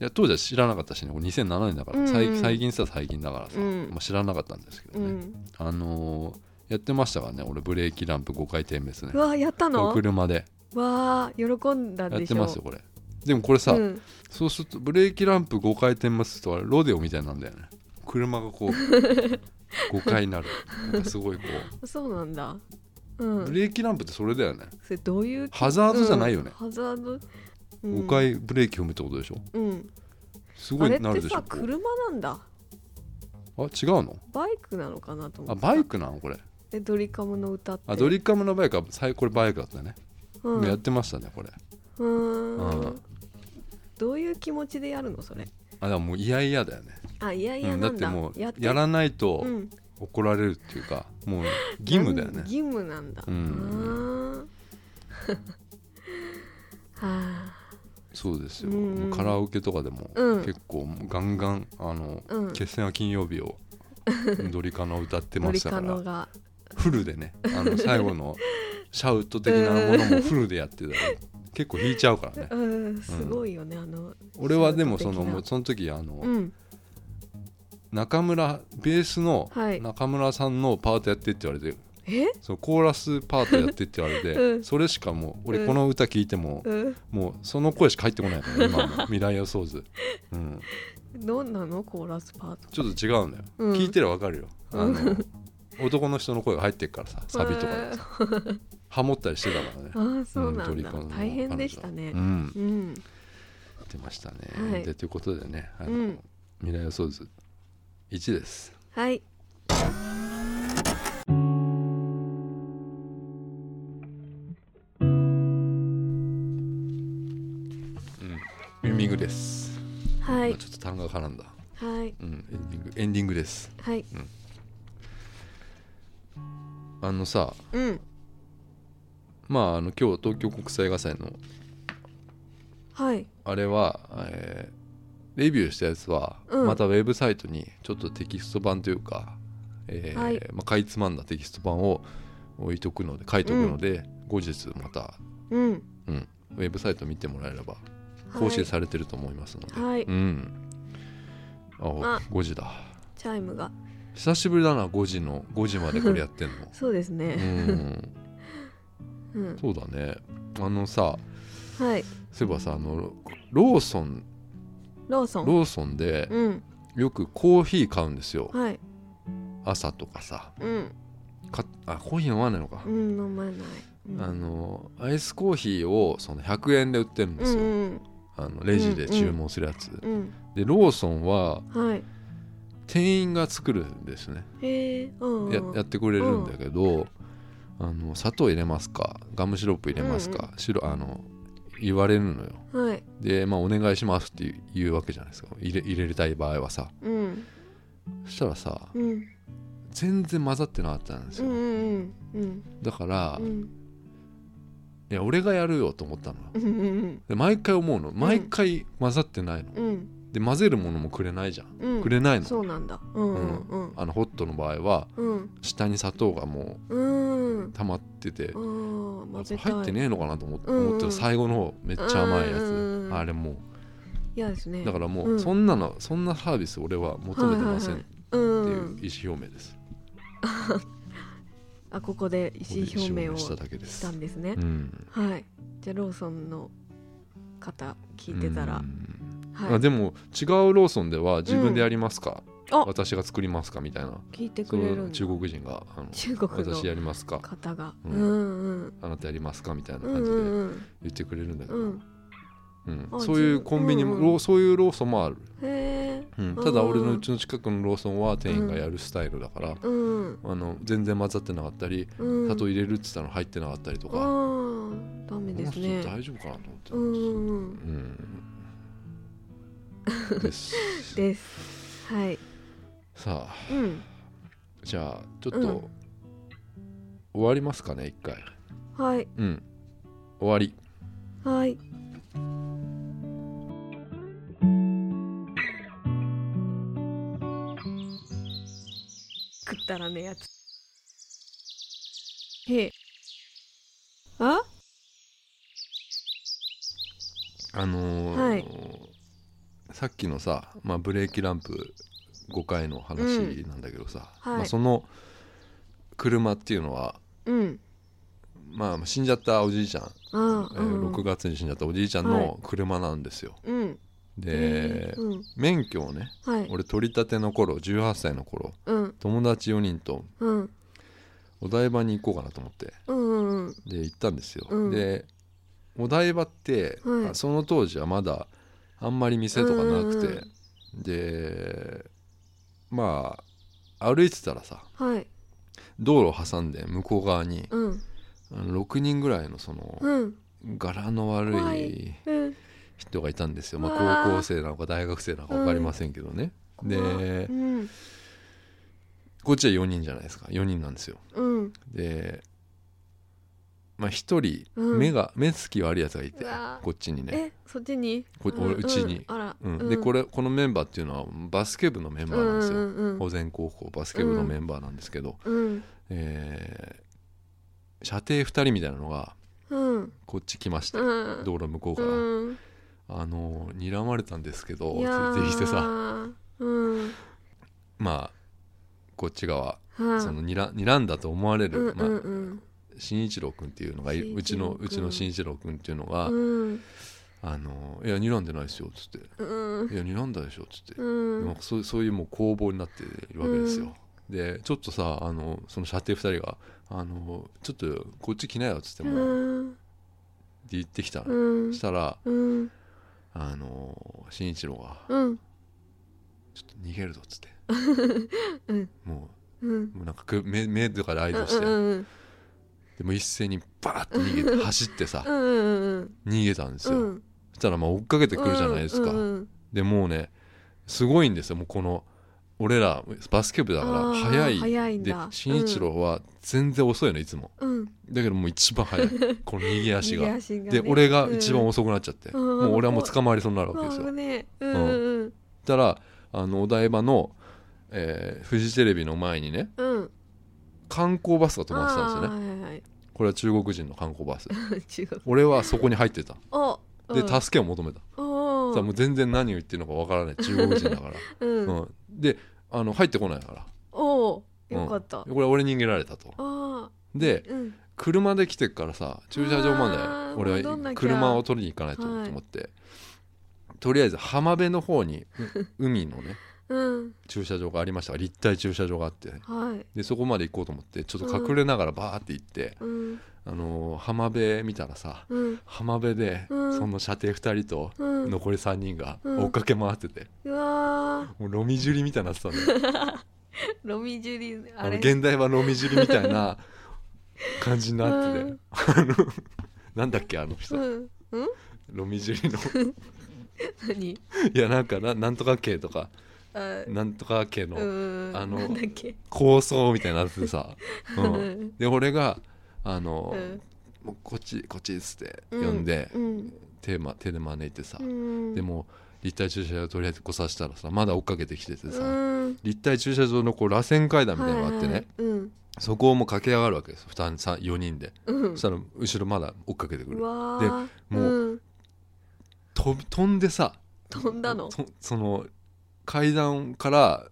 [SPEAKER 1] や当時は知らなかったしねこれ2007年だから、
[SPEAKER 2] うんうん
[SPEAKER 1] 最最近さ最近だからさ、
[SPEAKER 2] うん
[SPEAKER 1] まあ、知らなかったんですけど
[SPEAKER 2] う
[SPEAKER 1] ね、
[SPEAKER 2] ん
[SPEAKER 1] あのーやってましたからね俺ブレーキランプ5回転ですね
[SPEAKER 2] うわやった
[SPEAKER 1] お
[SPEAKER 2] の
[SPEAKER 1] 車で
[SPEAKER 2] わあ喜んだ
[SPEAKER 1] やっ
[SPEAKER 2] でしてょ
[SPEAKER 1] ますよこれでもこれさ、
[SPEAKER 2] うん、
[SPEAKER 1] そうするとブレーキランプ5回転ますとあれロデオみたいなんだよね車がこう5 回になるなんかすごいこ
[SPEAKER 2] そうなんだう
[SPEAKER 1] うブ
[SPEAKER 2] ん
[SPEAKER 1] レーキランプってそれだよね
[SPEAKER 2] それどういう
[SPEAKER 1] ハザードじゃないよね
[SPEAKER 2] うんハザード、うん
[SPEAKER 1] 5回ブレーキ踏むってことでしょ
[SPEAKER 2] うん
[SPEAKER 1] すごいな
[SPEAKER 2] あれ
[SPEAKER 1] るで
[SPEAKER 2] って
[SPEAKER 1] しょ
[SPEAKER 2] さ
[SPEAKER 1] こう
[SPEAKER 2] 車なんだ
[SPEAKER 1] あ違うの
[SPEAKER 2] バイクなのかなと思
[SPEAKER 1] あ
[SPEAKER 2] ってた
[SPEAKER 1] バイクなのこれ
[SPEAKER 2] えドリカムの歌って
[SPEAKER 1] あドリカムのバイクは最これバイクだったね、
[SPEAKER 2] うん
[SPEAKER 1] やってましたねこれ
[SPEAKER 2] うー
[SPEAKER 1] うんん
[SPEAKER 2] どういう気持ちでやるのそれ
[SPEAKER 1] あでももう嫌々だよね
[SPEAKER 2] あいやいや
[SPEAKER 1] うんだ
[SPEAKER 2] な
[SPEAKER 1] っ
[SPEAKER 2] ん
[SPEAKER 1] て
[SPEAKER 2] だ,、
[SPEAKER 1] もう
[SPEAKER 2] やって
[SPEAKER 1] やらないと
[SPEAKER 2] うん
[SPEAKER 1] 怒られるっていうか、もう義務だよ
[SPEAKER 2] なん
[SPEAKER 1] ね
[SPEAKER 2] 義務なんだ
[SPEAKER 1] うん
[SPEAKER 2] あー は
[SPEAKER 1] そうですよ、
[SPEAKER 2] うん
[SPEAKER 1] もうカラオケとかでも
[SPEAKER 2] うん
[SPEAKER 1] 結構ガンガンあの、
[SPEAKER 2] あうん
[SPEAKER 1] 決戦は金曜日 をドリカノ歌ってま
[SPEAKER 2] ドリ
[SPEAKER 1] したか
[SPEAKER 2] カノ
[SPEAKER 1] ら
[SPEAKER 2] が
[SPEAKER 1] フルでねあの最後のシャウト的なものもフルでや ってたら結構弾いちゃうからね
[SPEAKER 2] うんすごいよねあの
[SPEAKER 1] 俺はでもそ
[SPEAKER 2] シャ
[SPEAKER 1] のも
[SPEAKER 2] ウト的な
[SPEAKER 1] うその時あの、
[SPEAKER 2] うん
[SPEAKER 1] 中村ベースの
[SPEAKER 2] はい
[SPEAKER 1] 中村さんのパートやってって言われて
[SPEAKER 2] え
[SPEAKER 1] そのコーラスパートやってって言われて、
[SPEAKER 2] うん
[SPEAKER 1] それしかもう
[SPEAKER 2] うん
[SPEAKER 1] 俺この歌聞いても、
[SPEAKER 2] うん
[SPEAKER 1] もうその声しか入ってこないから今も未来予想図、うん、
[SPEAKER 2] どんなのコーラスパート
[SPEAKER 1] ちょっと違うんだよ、
[SPEAKER 2] うん
[SPEAKER 1] 聞いてりゃ分かるよあの、男の人の声が入ってっからさサビとか
[SPEAKER 2] え
[SPEAKER 1] で
[SPEAKER 2] ー
[SPEAKER 1] さハモったりしてたからね
[SPEAKER 2] あ、ーそうな
[SPEAKER 1] うんド
[SPEAKER 2] ん
[SPEAKER 1] リ
[SPEAKER 2] だ
[SPEAKER 1] カムの
[SPEAKER 2] 大変でしたね
[SPEAKER 1] うん、
[SPEAKER 2] うん
[SPEAKER 1] 出ましたね、
[SPEAKER 2] はい
[SPEAKER 1] でということでねあの、
[SPEAKER 2] うん
[SPEAKER 1] 未来予想図1です
[SPEAKER 2] はい
[SPEAKER 1] エンディングです、
[SPEAKER 2] は
[SPEAKER 1] ま
[SPEAKER 2] い
[SPEAKER 1] あちょっと単語が絡んだ、
[SPEAKER 2] はい
[SPEAKER 1] うん、エンディングエンディングです
[SPEAKER 2] はい
[SPEAKER 1] あのさ
[SPEAKER 2] うん
[SPEAKER 1] まああの今日東京国際映画祭の
[SPEAKER 2] はい
[SPEAKER 1] あれは、えーレビューしたやつは、
[SPEAKER 2] うん
[SPEAKER 1] またウェブサイトにちょっとテキスト版というか、えー
[SPEAKER 2] はい
[SPEAKER 1] まあ、かいつまんだテキスト版を置いとくので書いとくので、後日また、
[SPEAKER 2] うん
[SPEAKER 1] うん、ウェブサイト見てもらえれば更新されてると思いますので、
[SPEAKER 2] はい
[SPEAKER 1] うんあ
[SPEAKER 2] あ
[SPEAKER 1] 5時だ
[SPEAKER 2] チャイムが
[SPEAKER 1] 久しぶりだな5時の5時までこれやってん の
[SPEAKER 2] そうです
[SPEAKER 1] う
[SPEAKER 2] ね
[SPEAKER 1] ん
[SPEAKER 2] うん
[SPEAKER 1] そうだねあのさ
[SPEAKER 2] はい
[SPEAKER 1] そういえばさあのローソン
[SPEAKER 2] ローソン
[SPEAKER 1] ローソンで
[SPEAKER 2] うん
[SPEAKER 1] よくコーヒー買うんですよ
[SPEAKER 2] はい
[SPEAKER 1] 朝とかさ
[SPEAKER 2] うん
[SPEAKER 1] かあコーヒー飲まないのか、
[SPEAKER 2] うん飲まないうん
[SPEAKER 1] あのアイスコーヒーをその100円で売ってるんで
[SPEAKER 2] う
[SPEAKER 1] す
[SPEAKER 2] ん
[SPEAKER 1] よ、
[SPEAKER 2] うん
[SPEAKER 1] あのレジで注文するやつ、
[SPEAKER 2] うん
[SPEAKER 1] でローソンは
[SPEAKER 2] はい
[SPEAKER 1] 店員が作るんですね、
[SPEAKER 2] へえうんうん
[SPEAKER 1] ややってくれるんだけど、あの砂糖入れますかガムシロップ入れますか、白あの言われるのよ
[SPEAKER 2] はい
[SPEAKER 1] で、まあ、お願いしますって言う言うわけじゃないですか入れ入れたい場合はさ
[SPEAKER 2] うん
[SPEAKER 1] そしたらさ
[SPEAKER 2] うん
[SPEAKER 1] 全然混ざってなかったんです
[SPEAKER 2] うん
[SPEAKER 1] よ、
[SPEAKER 2] うんうん
[SPEAKER 1] だから、
[SPEAKER 2] うんう
[SPEAKER 1] い
[SPEAKER 2] ん
[SPEAKER 1] や俺がやるよと思ったのよ
[SPEAKER 2] うんうん
[SPEAKER 1] で毎回思うの毎回混ざってないの、
[SPEAKER 2] うん
[SPEAKER 1] で混ぜるものもくれないじゃん、
[SPEAKER 2] うん
[SPEAKER 1] くれないの
[SPEAKER 2] そうなんだうんうん
[SPEAKER 1] あのホットの場合は
[SPEAKER 2] うん
[SPEAKER 1] 下に砂糖がも
[SPEAKER 2] うんうん
[SPEAKER 1] う溜まってて、
[SPEAKER 2] うん
[SPEAKER 1] あ
[SPEAKER 2] 混ぜたい
[SPEAKER 1] 入ってねえのかなと思って,、
[SPEAKER 2] うんうん
[SPEAKER 1] 思って最後の方めっちゃ甘いやつ、
[SPEAKER 2] うん
[SPEAKER 1] あれも
[SPEAKER 2] 嫌ですね
[SPEAKER 1] うだからも
[SPEAKER 2] う
[SPEAKER 1] うんそんなの、そんなサービス俺は求めてません
[SPEAKER 2] は
[SPEAKER 1] っ
[SPEAKER 2] い
[SPEAKER 1] て
[SPEAKER 2] はいはい
[SPEAKER 1] いううん意思表明です、
[SPEAKER 2] あここで意思表明
[SPEAKER 1] ここで意思表
[SPEAKER 2] を
[SPEAKER 1] 明
[SPEAKER 2] し
[SPEAKER 1] しただけです
[SPEAKER 2] たんですね
[SPEAKER 1] うん
[SPEAKER 2] はいじゃあローソンの方聞いてた
[SPEAKER 1] う
[SPEAKER 2] ら
[SPEAKER 1] ん
[SPEAKER 2] は
[SPEAKER 1] あ
[SPEAKER 2] い
[SPEAKER 1] でも違うローソンでは自分でやりますか、
[SPEAKER 2] うんあ
[SPEAKER 1] 私が作りますかみたいな
[SPEAKER 2] 聞いて
[SPEAKER 1] そ
[SPEAKER 2] くれる
[SPEAKER 1] の
[SPEAKER 2] んだ
[SPEAKER 1] 中国人があの
[SPEAKER 2] 中国
[SPEAKER 1] 私
[SPEAKER 2] の
[SPEAKER 1] やりますか
[SPEAKER 2] 方がう
[SPEAKER 1] うんん
[SPEAKER 2] うん
[SPEAKER 1] あなたやりますかみたいな
[SPEAKER 2] うん
[SPEAKER 1] 感じ
[SPEAKER 2] う
[SPEAKER 1] で
[SPEAKER 2] ん
[SPEAKER 1] 言ってくれるんだけ
[SPEAKER 2] う
[SPEAKER 1] ど、
[SPEAKER 2] ん
[SPEAKER 1] うん
[SPEAKER 2] あ
[SPEAKER 1] そういうコンビニも、
[SPEAKER 2] うんうん
[SPEAKER 1] ローそういうローソンもある、
[SPEAKER 2] へえ
[SPEAKER 1] うんただ
[SPEAKER 2] うんうん
[SPEAKER 1] 俺のうちの近くのローソンは店員がやるスタイルだから、
[SPEAKER 2] うん
[SPEAKER 1] あの全然混ざってなかったり
[SPEAKER 2] うん
[SPEAKER 1] 砂糖入れるっつったの入ってなかったりと
[SPEAKER 2] あ
[SPEAKER 1] か、
[SPEAKER 2] ーダメ
[SPEAKER 1] こ
[SPEAKER 2] で
[SPEAKER 1] の
[SPEAKER 2] す
[SPEAKER 1] 人
[SPEAKER 2] ね
[SPEAKER 1] 大丈夫かなと思ってた
[SPEAKER 2] うん
[SPEAKER 1] んですよ
[SPEAKER 2] うんうん
[SPEAKER 1] うんです
[SPEAKER 2] ですはい
[SPEAKER 1] さあ
[SPEAKER 2] うん
[SPEAKER 1] じゃあちょっと、
[SPEAKER 2] うん
[SPEAKER 1] 終わりますかね一回
[SPEAKER 2] はい
[SPEAKER 1] うん終わり
[SPEAKER 2] はいくったらねえやつへえあ
[SPEAKER 1] あのー
[SPEAKER 2] はい
[SPEAKER 1] さっきのさ、まあ、ブレーキランプ5回の話なんだけどさ、
[SPEAKER 2] うんはい
[SPEAKER 1] まあ、その車っていうのは、
[SPEAKER 2] うん
[SPEAKER 1] まあ、死んじゃったおじいちゃん、
[SPEAKER 2] あー
[SPEAKER 1] えー
[SPEAKER 2] うん
[SPEAKER 1] 6月に死んじゃったおじいちゃん
[SPEAKER 2] はい
[SPEAKER 1] の車なんですよ。
[SPEAKER 2] うん
[SPEAKER 1] で、
[SPEAKER 2] うん
[SPEAKER 1] 免許をね
[SPEAKER 2] はい
[SPEAKER 1] 俺取り立ての頃18歳の頃
[SPEAKER 2] うん
[SPEAKER 1] 友達4人と
[SPEAKER 2] うん
[SPEAKER 1] お台場に行こうかなと思って
[SPEAKER 2] うんうん
[SPEAKER 1] で行ったんですよ。
[SPEAKER 2] うん
[SPEAKER 1] でお台場って、
[SPEAKER 2] はい
[SPEAKER 1] あその当時はまだあんまり店とかなくて、
[SPEAKER 2] うんうん
[SPEAKER 1] でまあ歩いてたらさ
[SPEAKER 2] はい
[SPEAKER 1] 道路を挟んで向こう側に、
[SPEAKER 2] うん
[SPEAKER 1] あの6人ぐらいのその、
[SPEAKER 2] うん
[SPEAKER 1] 柄の
[SPEAKER 2] 怖
[SPEAKER 1] 悪
[SPEAKER 2] い
[SPEAKER 1] い
[SPEAKER 2] うん
[SPEAKER 1] 人がいたんですよ、ま
[SPEAKER 2] うわ
[SPEAKER 1] あ、
[SPEAKER 2] ー
[SPEAKER 1] 高校生なのか大学生なのか分かりませんけどね、で
[SPEAKER 2] うん
[SPEAKER 1] こっちは4人じゃないですか4人なんですよ
[SPEAKER 2] うん
[SPEAKER 1] でまあ1人
[SPEAKER 2] うん
[SPEAKER 1] 目が、目つき悪いやつがいて
[SPEAKER 2] うわー
[SPEAKER 1] こっちにね
[SPEAKER 2] えそっちに
[SPEAKER 1] こ
[SPEAKER 2] ん
[SPEAKER 1] 俺うちに
[SPEAKER 2] んあら
[SPEAKER 1] うん、でこれこのメンバーっていうのはバスケ部のメンバーなんですよ、
[SPEAKER 2] うんうんうん
[SPEAKER 1] 保全高校バスケ部のメンバーなんですけど、
[SPEAKER 2] うん
[SPEAKER 1] えー射程2人みたいなのが
[SPEAKER 2] うん
[SPEAKER 1] こっち来まして、
[SPEAKER 2] うん
[SPEAKER 1] 道路向こうから、
[SPEAKER 2] うん
[SPEAKER 1] あのー睨まれたんですけど
[SPEAKER 2] いや
[SPEAKER 1] 連れてきてさ
[SPEAKER 2] ーうん
[SPEAKER 1] まあこっち側
[SPEAKER 2] はい
[SPEAKER 1] そのにら睨んだと思われ
[SPEAKER 2] うん
[SPEAKER 1] る、
[SPEAKER 2] うん
[SPEAKER 1] まあ、
[SPEAKER 2] うん
[SPEAKER 1] 新一郎君っていうのがい
[SPEAKER 2] 慎
[SPEAKER 1] るう
[SPEAKER 2] 一
[SPEAKER 1] ち
[SPEAKER 2] 郎
[SPEAKER 1] の
[SPEAKER 2] 君
[SPEAKER 1] うちの新一郎君っていうのが「
[SPEAKER 2] うん
[SPEAKER 1] あのーいや睨んでないですよ」っつって
[SPEAKER 2] う
[SPEAKER 1] 「
[SPEAKER 2] ん
[SPEAKER 1] いや睨んだでしょ」っつって
[SPEAKER 2] う、ん
[SPEAKER 1] まあそうそういうもう攻防になっているわけですよ、でちょっとさあのその射程2人が「あのちょっとこっち来なよ」っつって
[SPEAKER 2] う
[SPEAKER 1] も、
[SPEAKER 2] ん
[SPEAKER 1] って言ってきたの、
[SPEAKER 2] うん
[SPEAKER 1] したら
[SPEAKER 2] うん
[SPEAKER 1] あの新一郎が
[SPEAKER 2] うん
[SPEAKER 1] 「ちょっと逃げるぞ」っつって、
[SPEAKER 2] うん
[SPEAKER 1] も
[SPEAKER 2] うん
[SPEAKER 1] うもうなんかく目目とかで合
[SPEAKER 2] うん
[SPEAKER 1] 図して、
[SPEAKER 2] うん
[SPEAKER 1] でもう一斉にバーって逃げて走ってさ
[SPEAKER 2] うんうん
[SPEAKER 1] 逃げたんです
[SPEAKER 2] う
[SPEAKER 1] よ、
[SPEAKER 2] ん
[SPEAKER 1] そしたらまあ追っかけてくるじゃないですか、でもうねすごいんですよもうこの俺らバスケ部だから早い
[SPEAKER 2] 早いん
[SPEAKER 1] で
[SPEAKER 2] だ
[SPEAKER 1] 新一郎は全然遅いのいつも
[SPEAKER 2] うん
[SPEAKER 1] だけどもう一番早い この逃げ足が
[SPEAKER 2] 右足がね
[SPEAKER 1] で俺が一番遅くなっちゃって、
[SPEAKER 2] うん
[SPEAKER 1] もう俺はもう捕まりそうになるわけですよ、
[SPEAKER 2] まあ
[SPEAKER 1] そし
[SPEAKER 2] ねうんうん
[SPEAKER 1] たらあのお台場の、えーフジテレビの前にね
[SPEAKER 2] うんうん
[SPEAKER 1] 観光バスが止まってたんですよね
[SPEAKER 2] ねはいはい
[SPEAKER 1] これは中国人の観光バス
[SPEAKER 2] 中国
[SPEAKER 1] 俺はそこに入ってた
[SPEAKER 2] お
[SPEAKER 1] で
[SPEAKER 2] うん
[SPEAKER 1] 助けを求めた、
[SPEAKER 2] おー
[SPEAKER 1] さあもう全然何を言ってるのかわからない中国人だから、
[SPEAKER 2] うん
[SPEAKER 1] うん、であの入ってこないから
[SPEAKER 2] おー
[SPEAKER 1] うん
[SPEAKER 2] よかったあ
[SPEAKER 1] これ俺に逃げられたと
[SPEAKER 2] あ
[SPEAKER 1] で
[SPEAKER 2] ーうん
[SPEAKER 1] 車で来てっからさ駐車場ま
[SPEAKER 2] あー
[SPEAKER 1] で俺
[SPEAKER 2] 戻んなき
[SPEAKER 1] は
[SPEAKER 2] ゃ
[SPEAKER 1] 車を取りに行かないとと思って、とりあえず浜辺の方 に海のね
[SPEAKER 2] うん
[SPEAKER 1] 駐車場がありましたから立体駐車場があって、
[SPEAKER 2] はい
[SPEAKER 1] でそこまで行こうと思ってちょっと隠れながらバーって行って、
[SPEAKER 2] うん
[SPEAKER 1] あのー浜辺見たらさ
[SPEAKER 2] うん
[SPEAKER 1] 浜辺で
[SPEAKER 2] うん
[SPEAKER 1] その射程2人と
[SPEAKER 2] うん
[SPEAKER 1] 残り3人が
[SPEAKER 2] うん
[SPEAKER 1] 追っかけ回ってて、
[SPEAKER 2] うわ
[SPEAKER 1] もうロミジュリみたいになってたんだよ
[SPEAKER 2] ロミジュリ
[SPEAKER 1] あ
[SPEAKER 2] あ
[SPEAKER 1] の
[SPEAKER 2] れ
[SPEAKER 1] 現代版ロミジュリみたいな感じになって
[SPEAKER 2] う
[SPEAKER 1] て
[SPEAKER 2] ん
[SPEAKER 1] あの なんだっけあの人、
[SPEAKER 2] うんうん
[SPEAKER 1] ロミジュリの
[SPEAKER 2] 何
[SPEAKER 1] いやなんかななんとか系とか
[SPEAKER 2] あ
[SPEAKER 1] なんとか系
[SPEAKER 2] う
[SPEAKER 1] の
[SPEAKER 2] ん
[SPEAKER 1] あの
[SPEAKER 2] なんだっけ
[SPEAKER 1] 構想みたいになっててさ、う、
[SPEAKER 2] うんん
[SPEAKER 1] で俺があの、
[SPEAKER 2] うん
[SPEAKER 1] もうこっちこっちっつって呼んで、
[SPEAKER 2] うん
[SPEAKER 1] 手ま手で招いてさ、
[SPEAKER 2] うん
[SPEAKER 1] でも立体駐車場とりあえず来させたらさまだ追っかけてきててさ、
[SPEAKER 2] うん
[SPEAKER 1] 立体駐車場のこう螺旋階段みたいなのがあってね、
[SPEAKER 2] はいはいうん
[SPEAKER 1] そこをもう駆け上がるわけです2人4人で、
[SPEAKER 2] うん
[SPEAKER 1] そしたら後ろまだ追っかけてく
[SPEAKER 2] う
[SPEAKER 1] る
[SPEAKER 2] わ
[SPEAKER 1] で
[SPEAKER 2] ー
[SPEAKER 1] もうんと飛んでさ
[SPEAKER 2] 飛んだの
[SPEAKER 1] とその階段から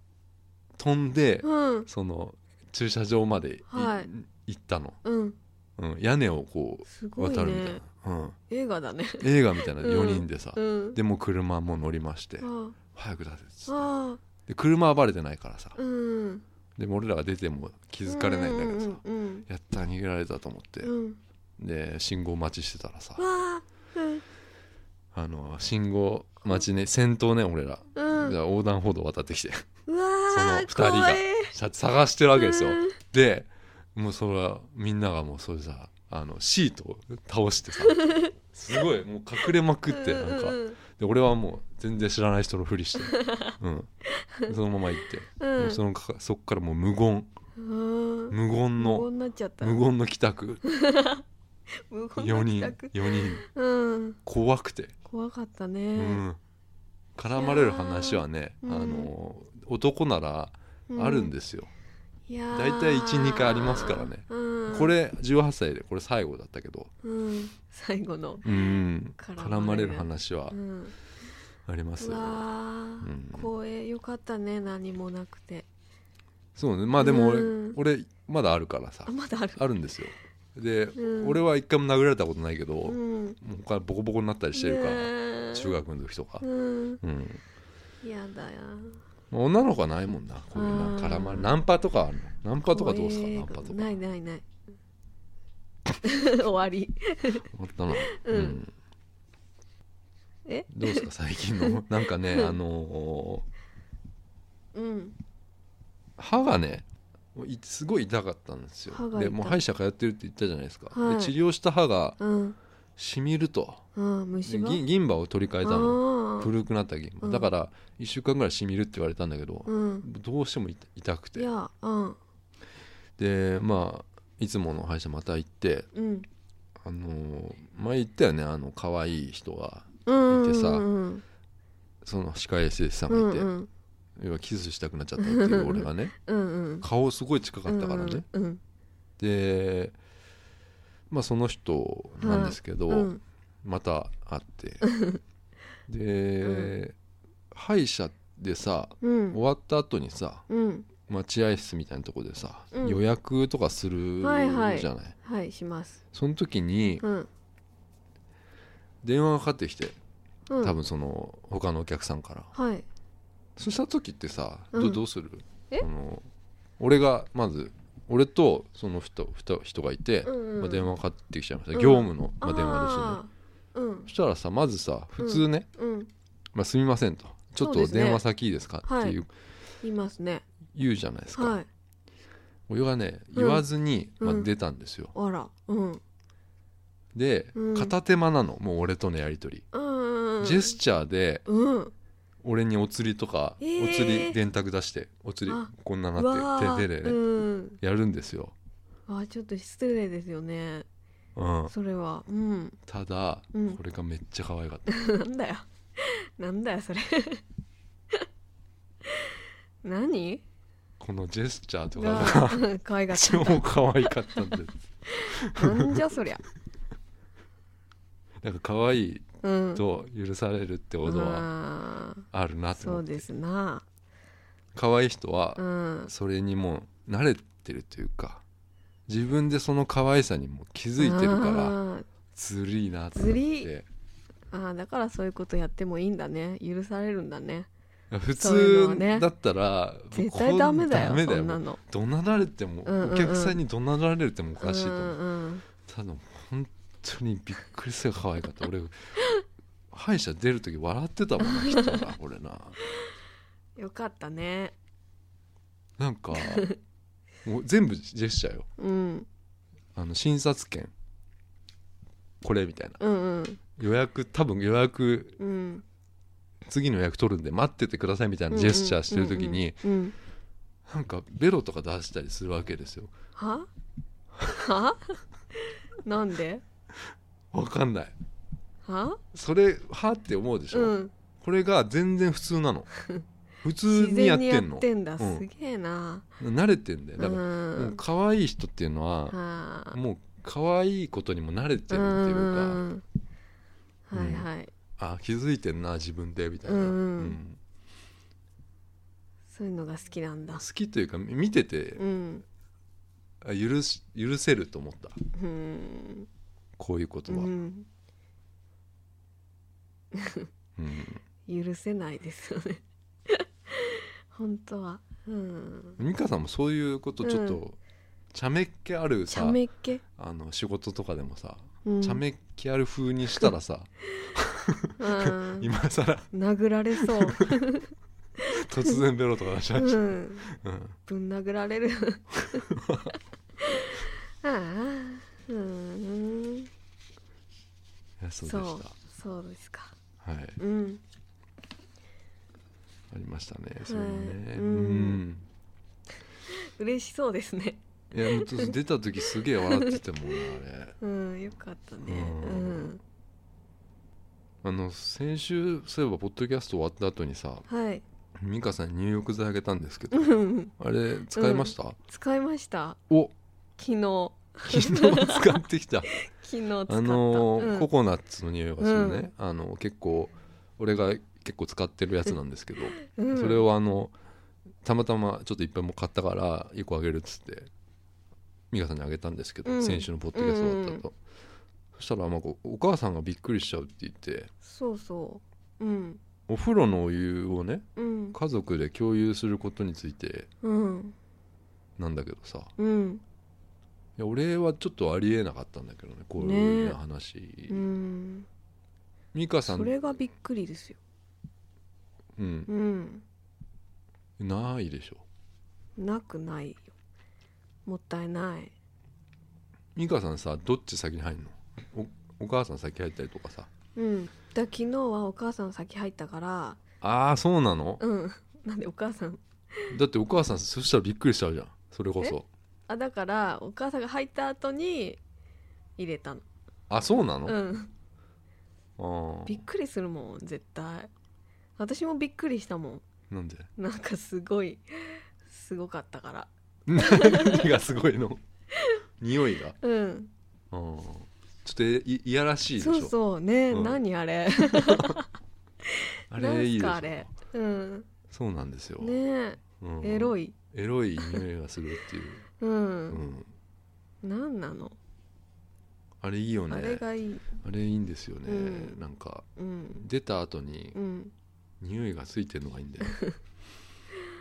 [SPEAKER 1] 飛んで、
[SPEAKER 2] うん
[SPEAKER 1] その駐車場までい、
[SPEAKER 2] はい
[SPEAKER 1] 行ったの、
[SPEAKER 2] うん
[SPEAKER 1] うん、屋根をこ
[SPEAKER 2] す
[SPEAKER 1] う
[SPEAKER 2] ごい
[SPEAKER 1] 渡るみたい
[SPEAKER 2] ね
[SPEAKER 1] な、
[SPEAKER 2] 映画だね
[SPEAKER 1] うん、映画みたいな
[SPEAKER 2] うん
[SPEAKER 1] 4人でさ、
[SPEAKER 2] うん
[SPEAKER 1] でもう車も乗りまして
[SPEAKER 2] あ
[SPEAKER 1] 早く出せっつって
[SPEAKER 2] あ
[SPEAKER 1] で車はバレてないからさ
[SPEAKER 2] ーうん
[SPEAKER 1] でも俺らが出ても気づかれないんだけどさ、
[SPEAKER 2] うん
[SPEAKER 1] やった逃げられたと思って
[SPEAKER 2] うん、うんうん
[SPEAKER 1] で信号待ちしてたらさ
[SPEAKER 2] わあうん
[SPEAKER 1] あの信号待ちね先頭ね俺ら、
[SPEAKER 2] うん
[SPEAKER 1] で横断歩道渡ってきて
[SPEAKER 2] うわー
[SPEAKER 1] その二人が
[SPEAKER 2] 怖え
[SPEAKER 1] さ探してるわけですよ、
[SPEAKER 2] うん
[SPEAKER 1] でもうそれはみんながもうそれさあのシートを倒して さすごいもう隠れまくってなんか、
[SPEAKER 2] うん
[SPEAKER 1] で俺はもう全然知らない人のふりして、うん、そのまま行って、
[SPEAKER 2] うん
[SPEAKER 1] もうそのかそっからもう無言
[SPEAKER 2] うんうん
[SPEAKER 1] 無言
[SPEAKER 2] 無言
[SPEAKER 1] の
[SPEAKER 2] になっちゃった
[SPEAKER 1] 無言の帰宅
[SPEAKER 2] 無言
[SPEAKER 1] 4人
[SPEAKER 2] な帰宅
[SPEAKER 1] 4人
[SPEAKER 2] うん
[SPEAKER 1] 怖くて、
[SPEAKER 2] 怖かったね
[SPEAKER 1] うん、絡まれる話はね、
[SPEAKER 2] いや
[SPEAKER 1] あ
[SPEAKER 2] ー
[SPEAKER 1] の男ならあるんですよ、
[SPEAKER 2] いやー
[SPEAKER 1] 大体1 2回ありますからね
[SPEAKER 2] うん
[SPEAKER 1] これ18歳でこれ最後だったけど、
[SPEAKER 2] うん最後の
[SPEAKER 1] うん、絡
[SPEAKER 2] 絡
[SPEAKER 1] ま
[SPEAKER 2] ま
[SPEAKER 1] れ
[SPEAKER 2] れ
[SPEAKER 1] る
[SPEAKER 2] る
[SPEAKER 1] 話は
[SPEAKER 2] うん
[SPEAKER 1] あります
[SPEAKER 2] う
[SPEAKER 1] よ、
[SPEAKER 2] わー
[SPEAKER 1] うん
[SPEAKER 2] 光栄よかったね何もなくて
[SPEAKER 1] そうねまあでも俺,、
[SPEAKER 2] うん
[SPEAKER 1] 俺まだあるからさ
[SPEAKER 2] あまだある
[SPEAKER 1] あるんですよで、
[SPEAKER 2] うん
[SPEAKER 1] 俺は一回も殴られたことないけど、も
[SPEAKER 2] うん
[SPEAKER 1] う他ボコボコになったりしてるから、
[SPEAKER 2] ねえ
[SPEAKER 1] 中学の時とか、
[SPEAKER 2] うん
[SPEAKER 1] うん
[SPEAKER 2] やだよ
[SPEAKER 1] 女の子はないもんなこういう
[SPEAKER 2] うん
[SPEAKER 1] な絡まれナンパとかあるのナンパとかどうですか
[SPEAKER 2] 光栄
[SPEAKER 1] ナンパとか
[SPEAKER 2] ないな いない終わり
[SPEAKER 1] 思ったな、
[SPEAKER 2] うんえ
[SPEAKER 1] どうですか最近 のなんかねあの
[SPEAKER 2] うん
[SPEAKER 1] ー歯がねもういすごい痛かったんですよ
[SPEAKER 2] 歯が痛
[SPEAKER 1] で
[SPEAKER 2] い
[SPEAKER 1] もう歯医者通ってるって言ったじゃないですか、
[SPEAKER 2] はい
[SPEAKER 1] で治療した歯が
[SPEAKER 2] うん
[SPEAKER 1] しみると
[SPEAKER 2] うん
[SPEAKER 1] で
[SPEAKER 2] 虫歯
[SPEAKER 1] 銀銀歯を取り替えたの
[SPEAKER 2] あー
[SPEAKER 1] 古くなった銀歯、
[SPEAKER 2] うん
[SPEAKER 1] だから1週間ぐらいしみるって言われたんだけど、
[SPEAKER 2] うん
[SPEAKER 1] どうしても痛痛く
[SPEAKER 2] い
[SPEAKER 1] て
[SPEAKER 2] やうん
[SPEAKER 1] でまあいつもの歯医者また行って
[SPEAKER 2] うん
[SPEAKER 1] あのー前言ったよねあの可愛い人が
[SPEAKER 2] う
[SPEAKER 1] て
[SPEAKER 2] ん
[SPEAKER 1] さ
[SPEAKER 2] うん
[SPEAKER 1] その歯科衛生士さん
[SPEAKER 2] う
[SPEAKER 1] がいて、
[SPEAKER 2] んうん
[SPEAKER 1] 要はキスしたくなっちゃったっていう俺がね
[SPEAKER 2] うん
[SPEAKER 1] 顔すごい近かったからね、
[SPEAKER 2] うんうん
[SPEAKER 1] でまあその人なんですけど、
[SPEAKER 2] うん
[SPEAKER 1] また会 ってで、歯医者でさ
[SPEAKER 2] うん
[SPEAKER 1] 終わった後にさ
[SPEAKER 2] うん
[SPEAKER 1] 待合室みたいなとこでさ、
[SPEAKER 2] うん
[SPEAKER 1] 予約とかするじゃない、
[SPEAKER 2] はいはいはいします
[SPEAKER 1] その時に
[SPEAKER 2] うん
[SPEAKER 1] 電話がかかってきて
[SPEAKER 2] うん
[SPEAKER 1] 多分その他のお客さんから、
[SPEAKER 2] はい
[SPEAKER 1] そうした時ってさど,、
[SPEAKER 2] うん
[SPEAKER 1] どうする
[SPEAKER 2] え
[SPEAKER 1] あの俺がまず俺とその人人人がいて、
[SPEAKER 2] うんうん
[SPEAKER 1] まあ、電話かかってきちゃいました、
[SPEAKER 2] うん
[SPEAKER 1] 業務の、まあ、電話ですよね
[SPEAKER 2] あーうん
[SPEAKER 1] そしたらさまずさ普通ね、
[SPEAKER 2] うん
[SPEAKER 1] まあ、すみませんとちょっ
[SPEAKER 2] そう
[SPEAKER 1] と
[SPEAKER 2] ですね
[SPEAKER 1] 電話先いいですか
[SPEAKER 2] はい
[SPEAKER 1] っていう、
[SPEAKER 2] いますね
[SPEAKER 1] 言うじゃないですか、
[SPEAKER 2] はい
[SPEAKER 1] 俺がね
[SPEAKER 2] ん
[SPEAKER 1] 言わずに、まあ、
[SPEAKER 2] うん
[SPEAKER 1] 出たんですよ、
[SPEAKER 2] あらうん
[SPEAKER 1] で、
[SPEAKER 2] うん
[SPEAKER 1] 片手間なのもう俺とのやり取り、
[SPEAKER 2] うん
[SPEAKER 1] ジェスチャーで
[SPEAKER 2] うん
[SPEAKER 1] 俺にお釣りとか、
[SPEAKER 2] えー
[SPEAKER 1] お釣り電卓出してお釣り
[SPEAKER 2] あ
[SPEAKER 1] こんな
[SPEAKER 2] うわ
[SPEAKER 1] なっ
[SPEAKER 2] ー
[SPEAKER 1] て手でね、
[SPEAKER 2] うん
[SPEAKER 1] やるんですよ、
[SPEAKER 2] あーちょっと失礼ですよね
[SPEAKER 1] うん、
[SPEAKER 2] それはうん
[SPEAKER 1] ただ、
[SPEAKER 2] うん
[SPEAKER 1] これがめっちゃ可愛か った
[SPEAKER 2] なんだよなんだよそれ 何
[SPEAKER 1] このジェスチャーとか
[SPEAKER 2] が
[SPEAKER 1] が
[SPEAKER 2] うん可愛かっ
[SPEAKER 1] 超可愛かったんです
[SPEAKER 2] たなんじゃそりゃ
[SPEAKER 1] なんか可愛い
[SPEAKER 2] うん
[SPEAKER 1] と許されるってことは
[SPEAKER 2] あー
[SPEAKER 1] あるなと
[SPEAKER 2] そ
[SPEAKER 1] 思
[SPEAKER 2] う
[SPEAKER 1] って
[SPEAKER 2] ですな
[SPEAKER 1] 可愛い人は
[SPEAKER 2] うん
[SPEAKER 1] それにもう慣れてるというか自分でその可愛さにも気づいてるから
[SPEAKER 2] あー
[SPEAKER 1] ずるいなと思っ
[SPEAKER 2] ずり
[SPEAKER 1] て
[SPEAKER 2] あーだからそういうことやってもいいんだね許されるんだね
[SPEAKER 1] 普
[SPEAKER 2] そういうのは
[SPEAKER 1] 通
[SPEAKER 2] ね
[SPEAKER 1] だったら
[SPEAKER 2] 絶対ダメだよ
[SPEAKER 1] こんダメだ
[SPEAKER 2] そ
[SPEAKER 1] よ
[SPEAKER 2] んな
[SPEAKER 1] もう
[SPEAKER 2] の
[SPEAKER 1] 怒鳴られても
[SPEAKER 2] うんうんうん
[SPEAKER 1] お客さんに怒鳴られてもおかしいと思う
[SPEAKER 2] うんうん
[SPEAKER 1] ただ本当にびっくりするぐらい可愛か った俺歯医者出る時笑ってたもんな人が俺な
[SPEAKER 2] よかったね
[SPEAKER 1] なんかもう全部ジェスチャーよ
[SPEAKER 2] うん
[SPEAKER 1] あの診察券これみたいな
[SPEAKER 2] うんうん
[SPEAKER 1] 予約多分予約
[SPEAKER 2] うん
[SPEAKER 1] 次の予約取るんで待っててくださいみたいなジェスチャーしてる時に
[SPEAKER 2] うんうんうんうん
[SPEAKER 1] なんかベロとか出したりするわけですよ
[SPEAKER 2] ははなんで
[SPEAKER 1] わかんない
[SPEAKER 2] は
[SPEAKER 1] それはって思うでしょ、
[SPEAKER 2] うん
[SPEAKER 1] これが全然普通な の普通にやってんの
[SPEAKER 2] 自然にやってんだ、
[SPEAKER 1] うん
[SPEAKER 2] すげえな
[SPEAKER 1] 慣れてんだよだから、
[SPEAKER 2] うん
[SPEAKER 1] もう可愛い人っていうのは
[SPEAKER 2] はあ
[SPEAKER 1] もう可愛いことにも慣れてるっていうか、
[SPEAKER 2] んうんはいはい、
[SPEAKER 1] あ気づいてんな自分でみたいな、
[SPEAKER 2] うんうん
[SPEAKER 1] うん
[SPEAKER 2] そういうのが好きなんだ
[SPEAKER 1] 好きというか見てて
[SPEAKER 2] うん
[SPEAKER 1] あ許し許せると思った
[SPEAKER 2] うん
[SPEAKER 1] こういうこと
[SPEAKER 2] う
[SPEAKER 1] は、うん
[SPEAKER 2] ん許せないですよね 本当はうん
[SPEAKER 1] 美香さんもそういうことちょっと、
[SPEAKER 2] う
[SPEAKER 1] ちゃめっ気ある
[SPEAKER 2] ち
[SPEAKER 1] さ
[SPEAKER 2] ゃめっ気、
[SPEAKER 1] あの仕事とかでもさ、
[SPEAKER 2] うん、
[SPEAKER 1] ちゃめっ気ある風にしたらさ
[SPEAKER 2] うん
[SPEAKER 1] 今更
[SPEAKER 2] 殴られそう、
[SPEAKER 1] 突然ベロとか出しちゃうし、
[SPEAKER 2] うん、
[SPEAKER 1] うん
[SPEAKER 2] ぶん殴られる ああうん
[SPEAKER 1] いやそうでし
[SPEAKER 2] そう
[SPEAKER 1] た
[SPEAKER 2] そうですか
[SPEAKER 1] はい
[SPEAKER 2] うん
[SPEAKER 1] ありましたねそれもね、
[SPEAKER 2] はい
[SPEAKER 1] うん
[SPEAKER 2] うん嬉しそうですね
[SPEAKER 1] いやもうちょっと出た時すげえ笑っててもんなあれ
[SPEAKER 2] うんよかったね
[SPEAKER 1] う
[SPEAKER 2] うんん
[SPEAKER 1] あの先週そういえばポッドキャスト終わった後にさ
[SPEAKER 2] はい
[SPEAKER 1] 美香さんに入浴剤あげたんですけど
[SPEAKER 2] うん
[SPEAKER 1] あれ使いました、
[SPEAKER 2] 使いました
[SPEAKER 1] お
[SPEAKER 2] 昨日
[SPEAKER 1] 昨日 使ってきた
[SPEAKER 2] 昨日使った
[SPEAKER 1] あのー、
[SPEAKER 2] うん
[SPEAKER 1] ココナッツの匂いがするね、あの結構俺が結構使ってるやつなんですけど、
[SPEAKER 2] うん
[SPEAKER 1] それをあのたまたまちょっといっぱいもう買ったから1個あげるっつって美香さんにあげたんですけど、
[SPEAKER 2] うん
[SPEAKER 1] 先週のポッドキャスト終わったと、そしたらまあこうお母さんがびっくりしちゃうって言って
[SPEAKER 2] そうそううん
[SPEAKER 1] お風呂のお湯をね
[SPEAKER 2] うん
[SPEAKER 1] 家族で共有することについて
[SPEAKER 2] うん
[SPEAKER 1] なんだけどさい
[SPEAKER 2] うん
[SPEAKER 1] や俺はちょっとありえなかったんだけどねこういうね
[SPEAKER 2] ね
[SPEAKER 1] 話、
[SPEAKER 2] うん
[SPEAKER 1] 美香さん
[SPEAKER 2] それがびっくりですよ
[SPEAKER 1] うん、
[SPEAKER 2] うん
[SPEAKER 1] ないでしょ
[SPEAKER 2] なくないよもったいない
[SPEAKER 1] 美香さんさどっち先に入るのおお母さん先入ったりとかさ
[SPEAKER 2] うんだ昨日はお母さん先入ったから
[SPEAKER 1] ああそうなの
[SPEAKER 2] うんなんでお母さん
[SPEAKER 1] だってお母さんそしたらびっくりしちゃうじゃんそれこそ
[SPEAKER 2] あだからお母さんが入った後に入れたの
[SPEAKER 1] あそうなの、
[SPEAKER 2] う
[SPEAKER 1] あ
[SPEAKER 2] ん
[SPEAKER 1] あ
[SPEAKER 2] びっくりするもん絶対私もびっくりしたもん
[SPEAKER 1] なんで
[SPEAKER 2] なんかすごいすごかったから
[SPEAKER 1] 何がすごいの匂いがあ
[SPEAKER 2] うん
[SPEAKER 1] あちょっとえいいやらしいでしょ
[SPEAKER 2] そうそうね、
[SPEAKER 1] うん
[SPEAKER 2] 何あれ
[SPEAKER 1] あれいいでし
[SPEAKER 2] なん
[SPEAKER 1] ょ
[SPEAKER 2] すかあれうん
[SPEAKER 1] そうなんですよ、
[SPEAKER 2] ね
[SPEAKER 1] うん
[SPEAKER 2] えエロい
[SPEAKER 1] エロい匂いがするっていう、
[SPEAKER 2] う、
[SPEAKER 1] うんん、
[SPEAKER 2] なんなの、
[SPEAKER 1] あれいいよね
[SPEAKER 2] あ
[SPEAKER 1] あ
[SPEAKER 2] れ
[SPEAKER 1] れ
[SPEAKER 2] がいい
[SPEAKER 1] いいんですよね、
[SPEAKER 2] うん
[SPEAKER 1] なんか
[SPEAKER 2] うん
[SPEAKER 1] 出た後に
[SPEAKER 2] うん
[SPEAKER 1] 匂いがついてるのがいいんだよ、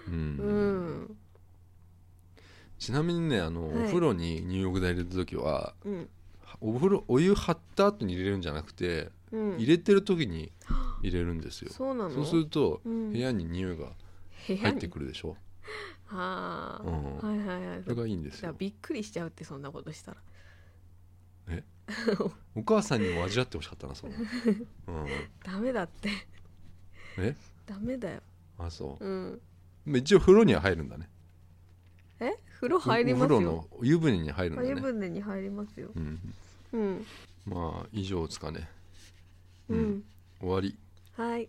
[SPEAKER 1] うん
[SPEAKER 2] うん
[SPEAKER 1] ちなみにねあの、
[SPEAKER 2] はい
[SPEAKER 1] お風呂に入浴剤入れた時は
[SPEAKER 2] うん
[SPEAKER 1] お風呂お湯張った後に入れるんじゃなくて、
[SPEAKER 2] うん
[SPEAKER 1] 入れてる時に入れるんですよ
[SPEAKER 2] そうなの
[SPEAKER 1] そうすると
[SPEAKER 2] うん
[SPEAKER 1] 部屋に匂いが
[SPEAKER 2] 部屋
[SPEAKER 1] 入っ
[SPEAKER 2] に
[SPEAKER 1] てくるでしょ
[SPEAKER 2] はあ、
[SPEAKER 1] うん
[SPEAKER 2] はいはいはい
[SPEAKER 1] それがいいんです
[SPEAKER 2] じゃあ
[SPEAKER 1] よ
[SPEAKER 2] びっくりしちゃうってそんなことしたら
[SPEAKER 1] お母さんにも味わってほしかったなそ の、うん、
[SPEAKER 2] ダメだって
[SPEAKER 1] え
[SPEAKER 2] ダメだよ
[SPEAKER 1] あそう
[SPEAKER 2] うん
[SPEAKER 1] まあ一応風呂には入るんだね
[SPEAKER 2] え風呂入ります
[SPEAKER 1] おお風呂
[SPEAKER 2] よ
[SPEAKER 1] の湯船に入るんだ
[SPEAKER 2] 湯
[SPEAKER 1] ね、
[SPEAKER 2] 船に入りますよ
[SPEAKER 1] うん、
[SPEAKER 2] うん
[SPEAKER 1] まあ以上ですかね
[SPEAKER 2] うん、
[SPEAKER 1] 終わり
[SPEAKER 2] はい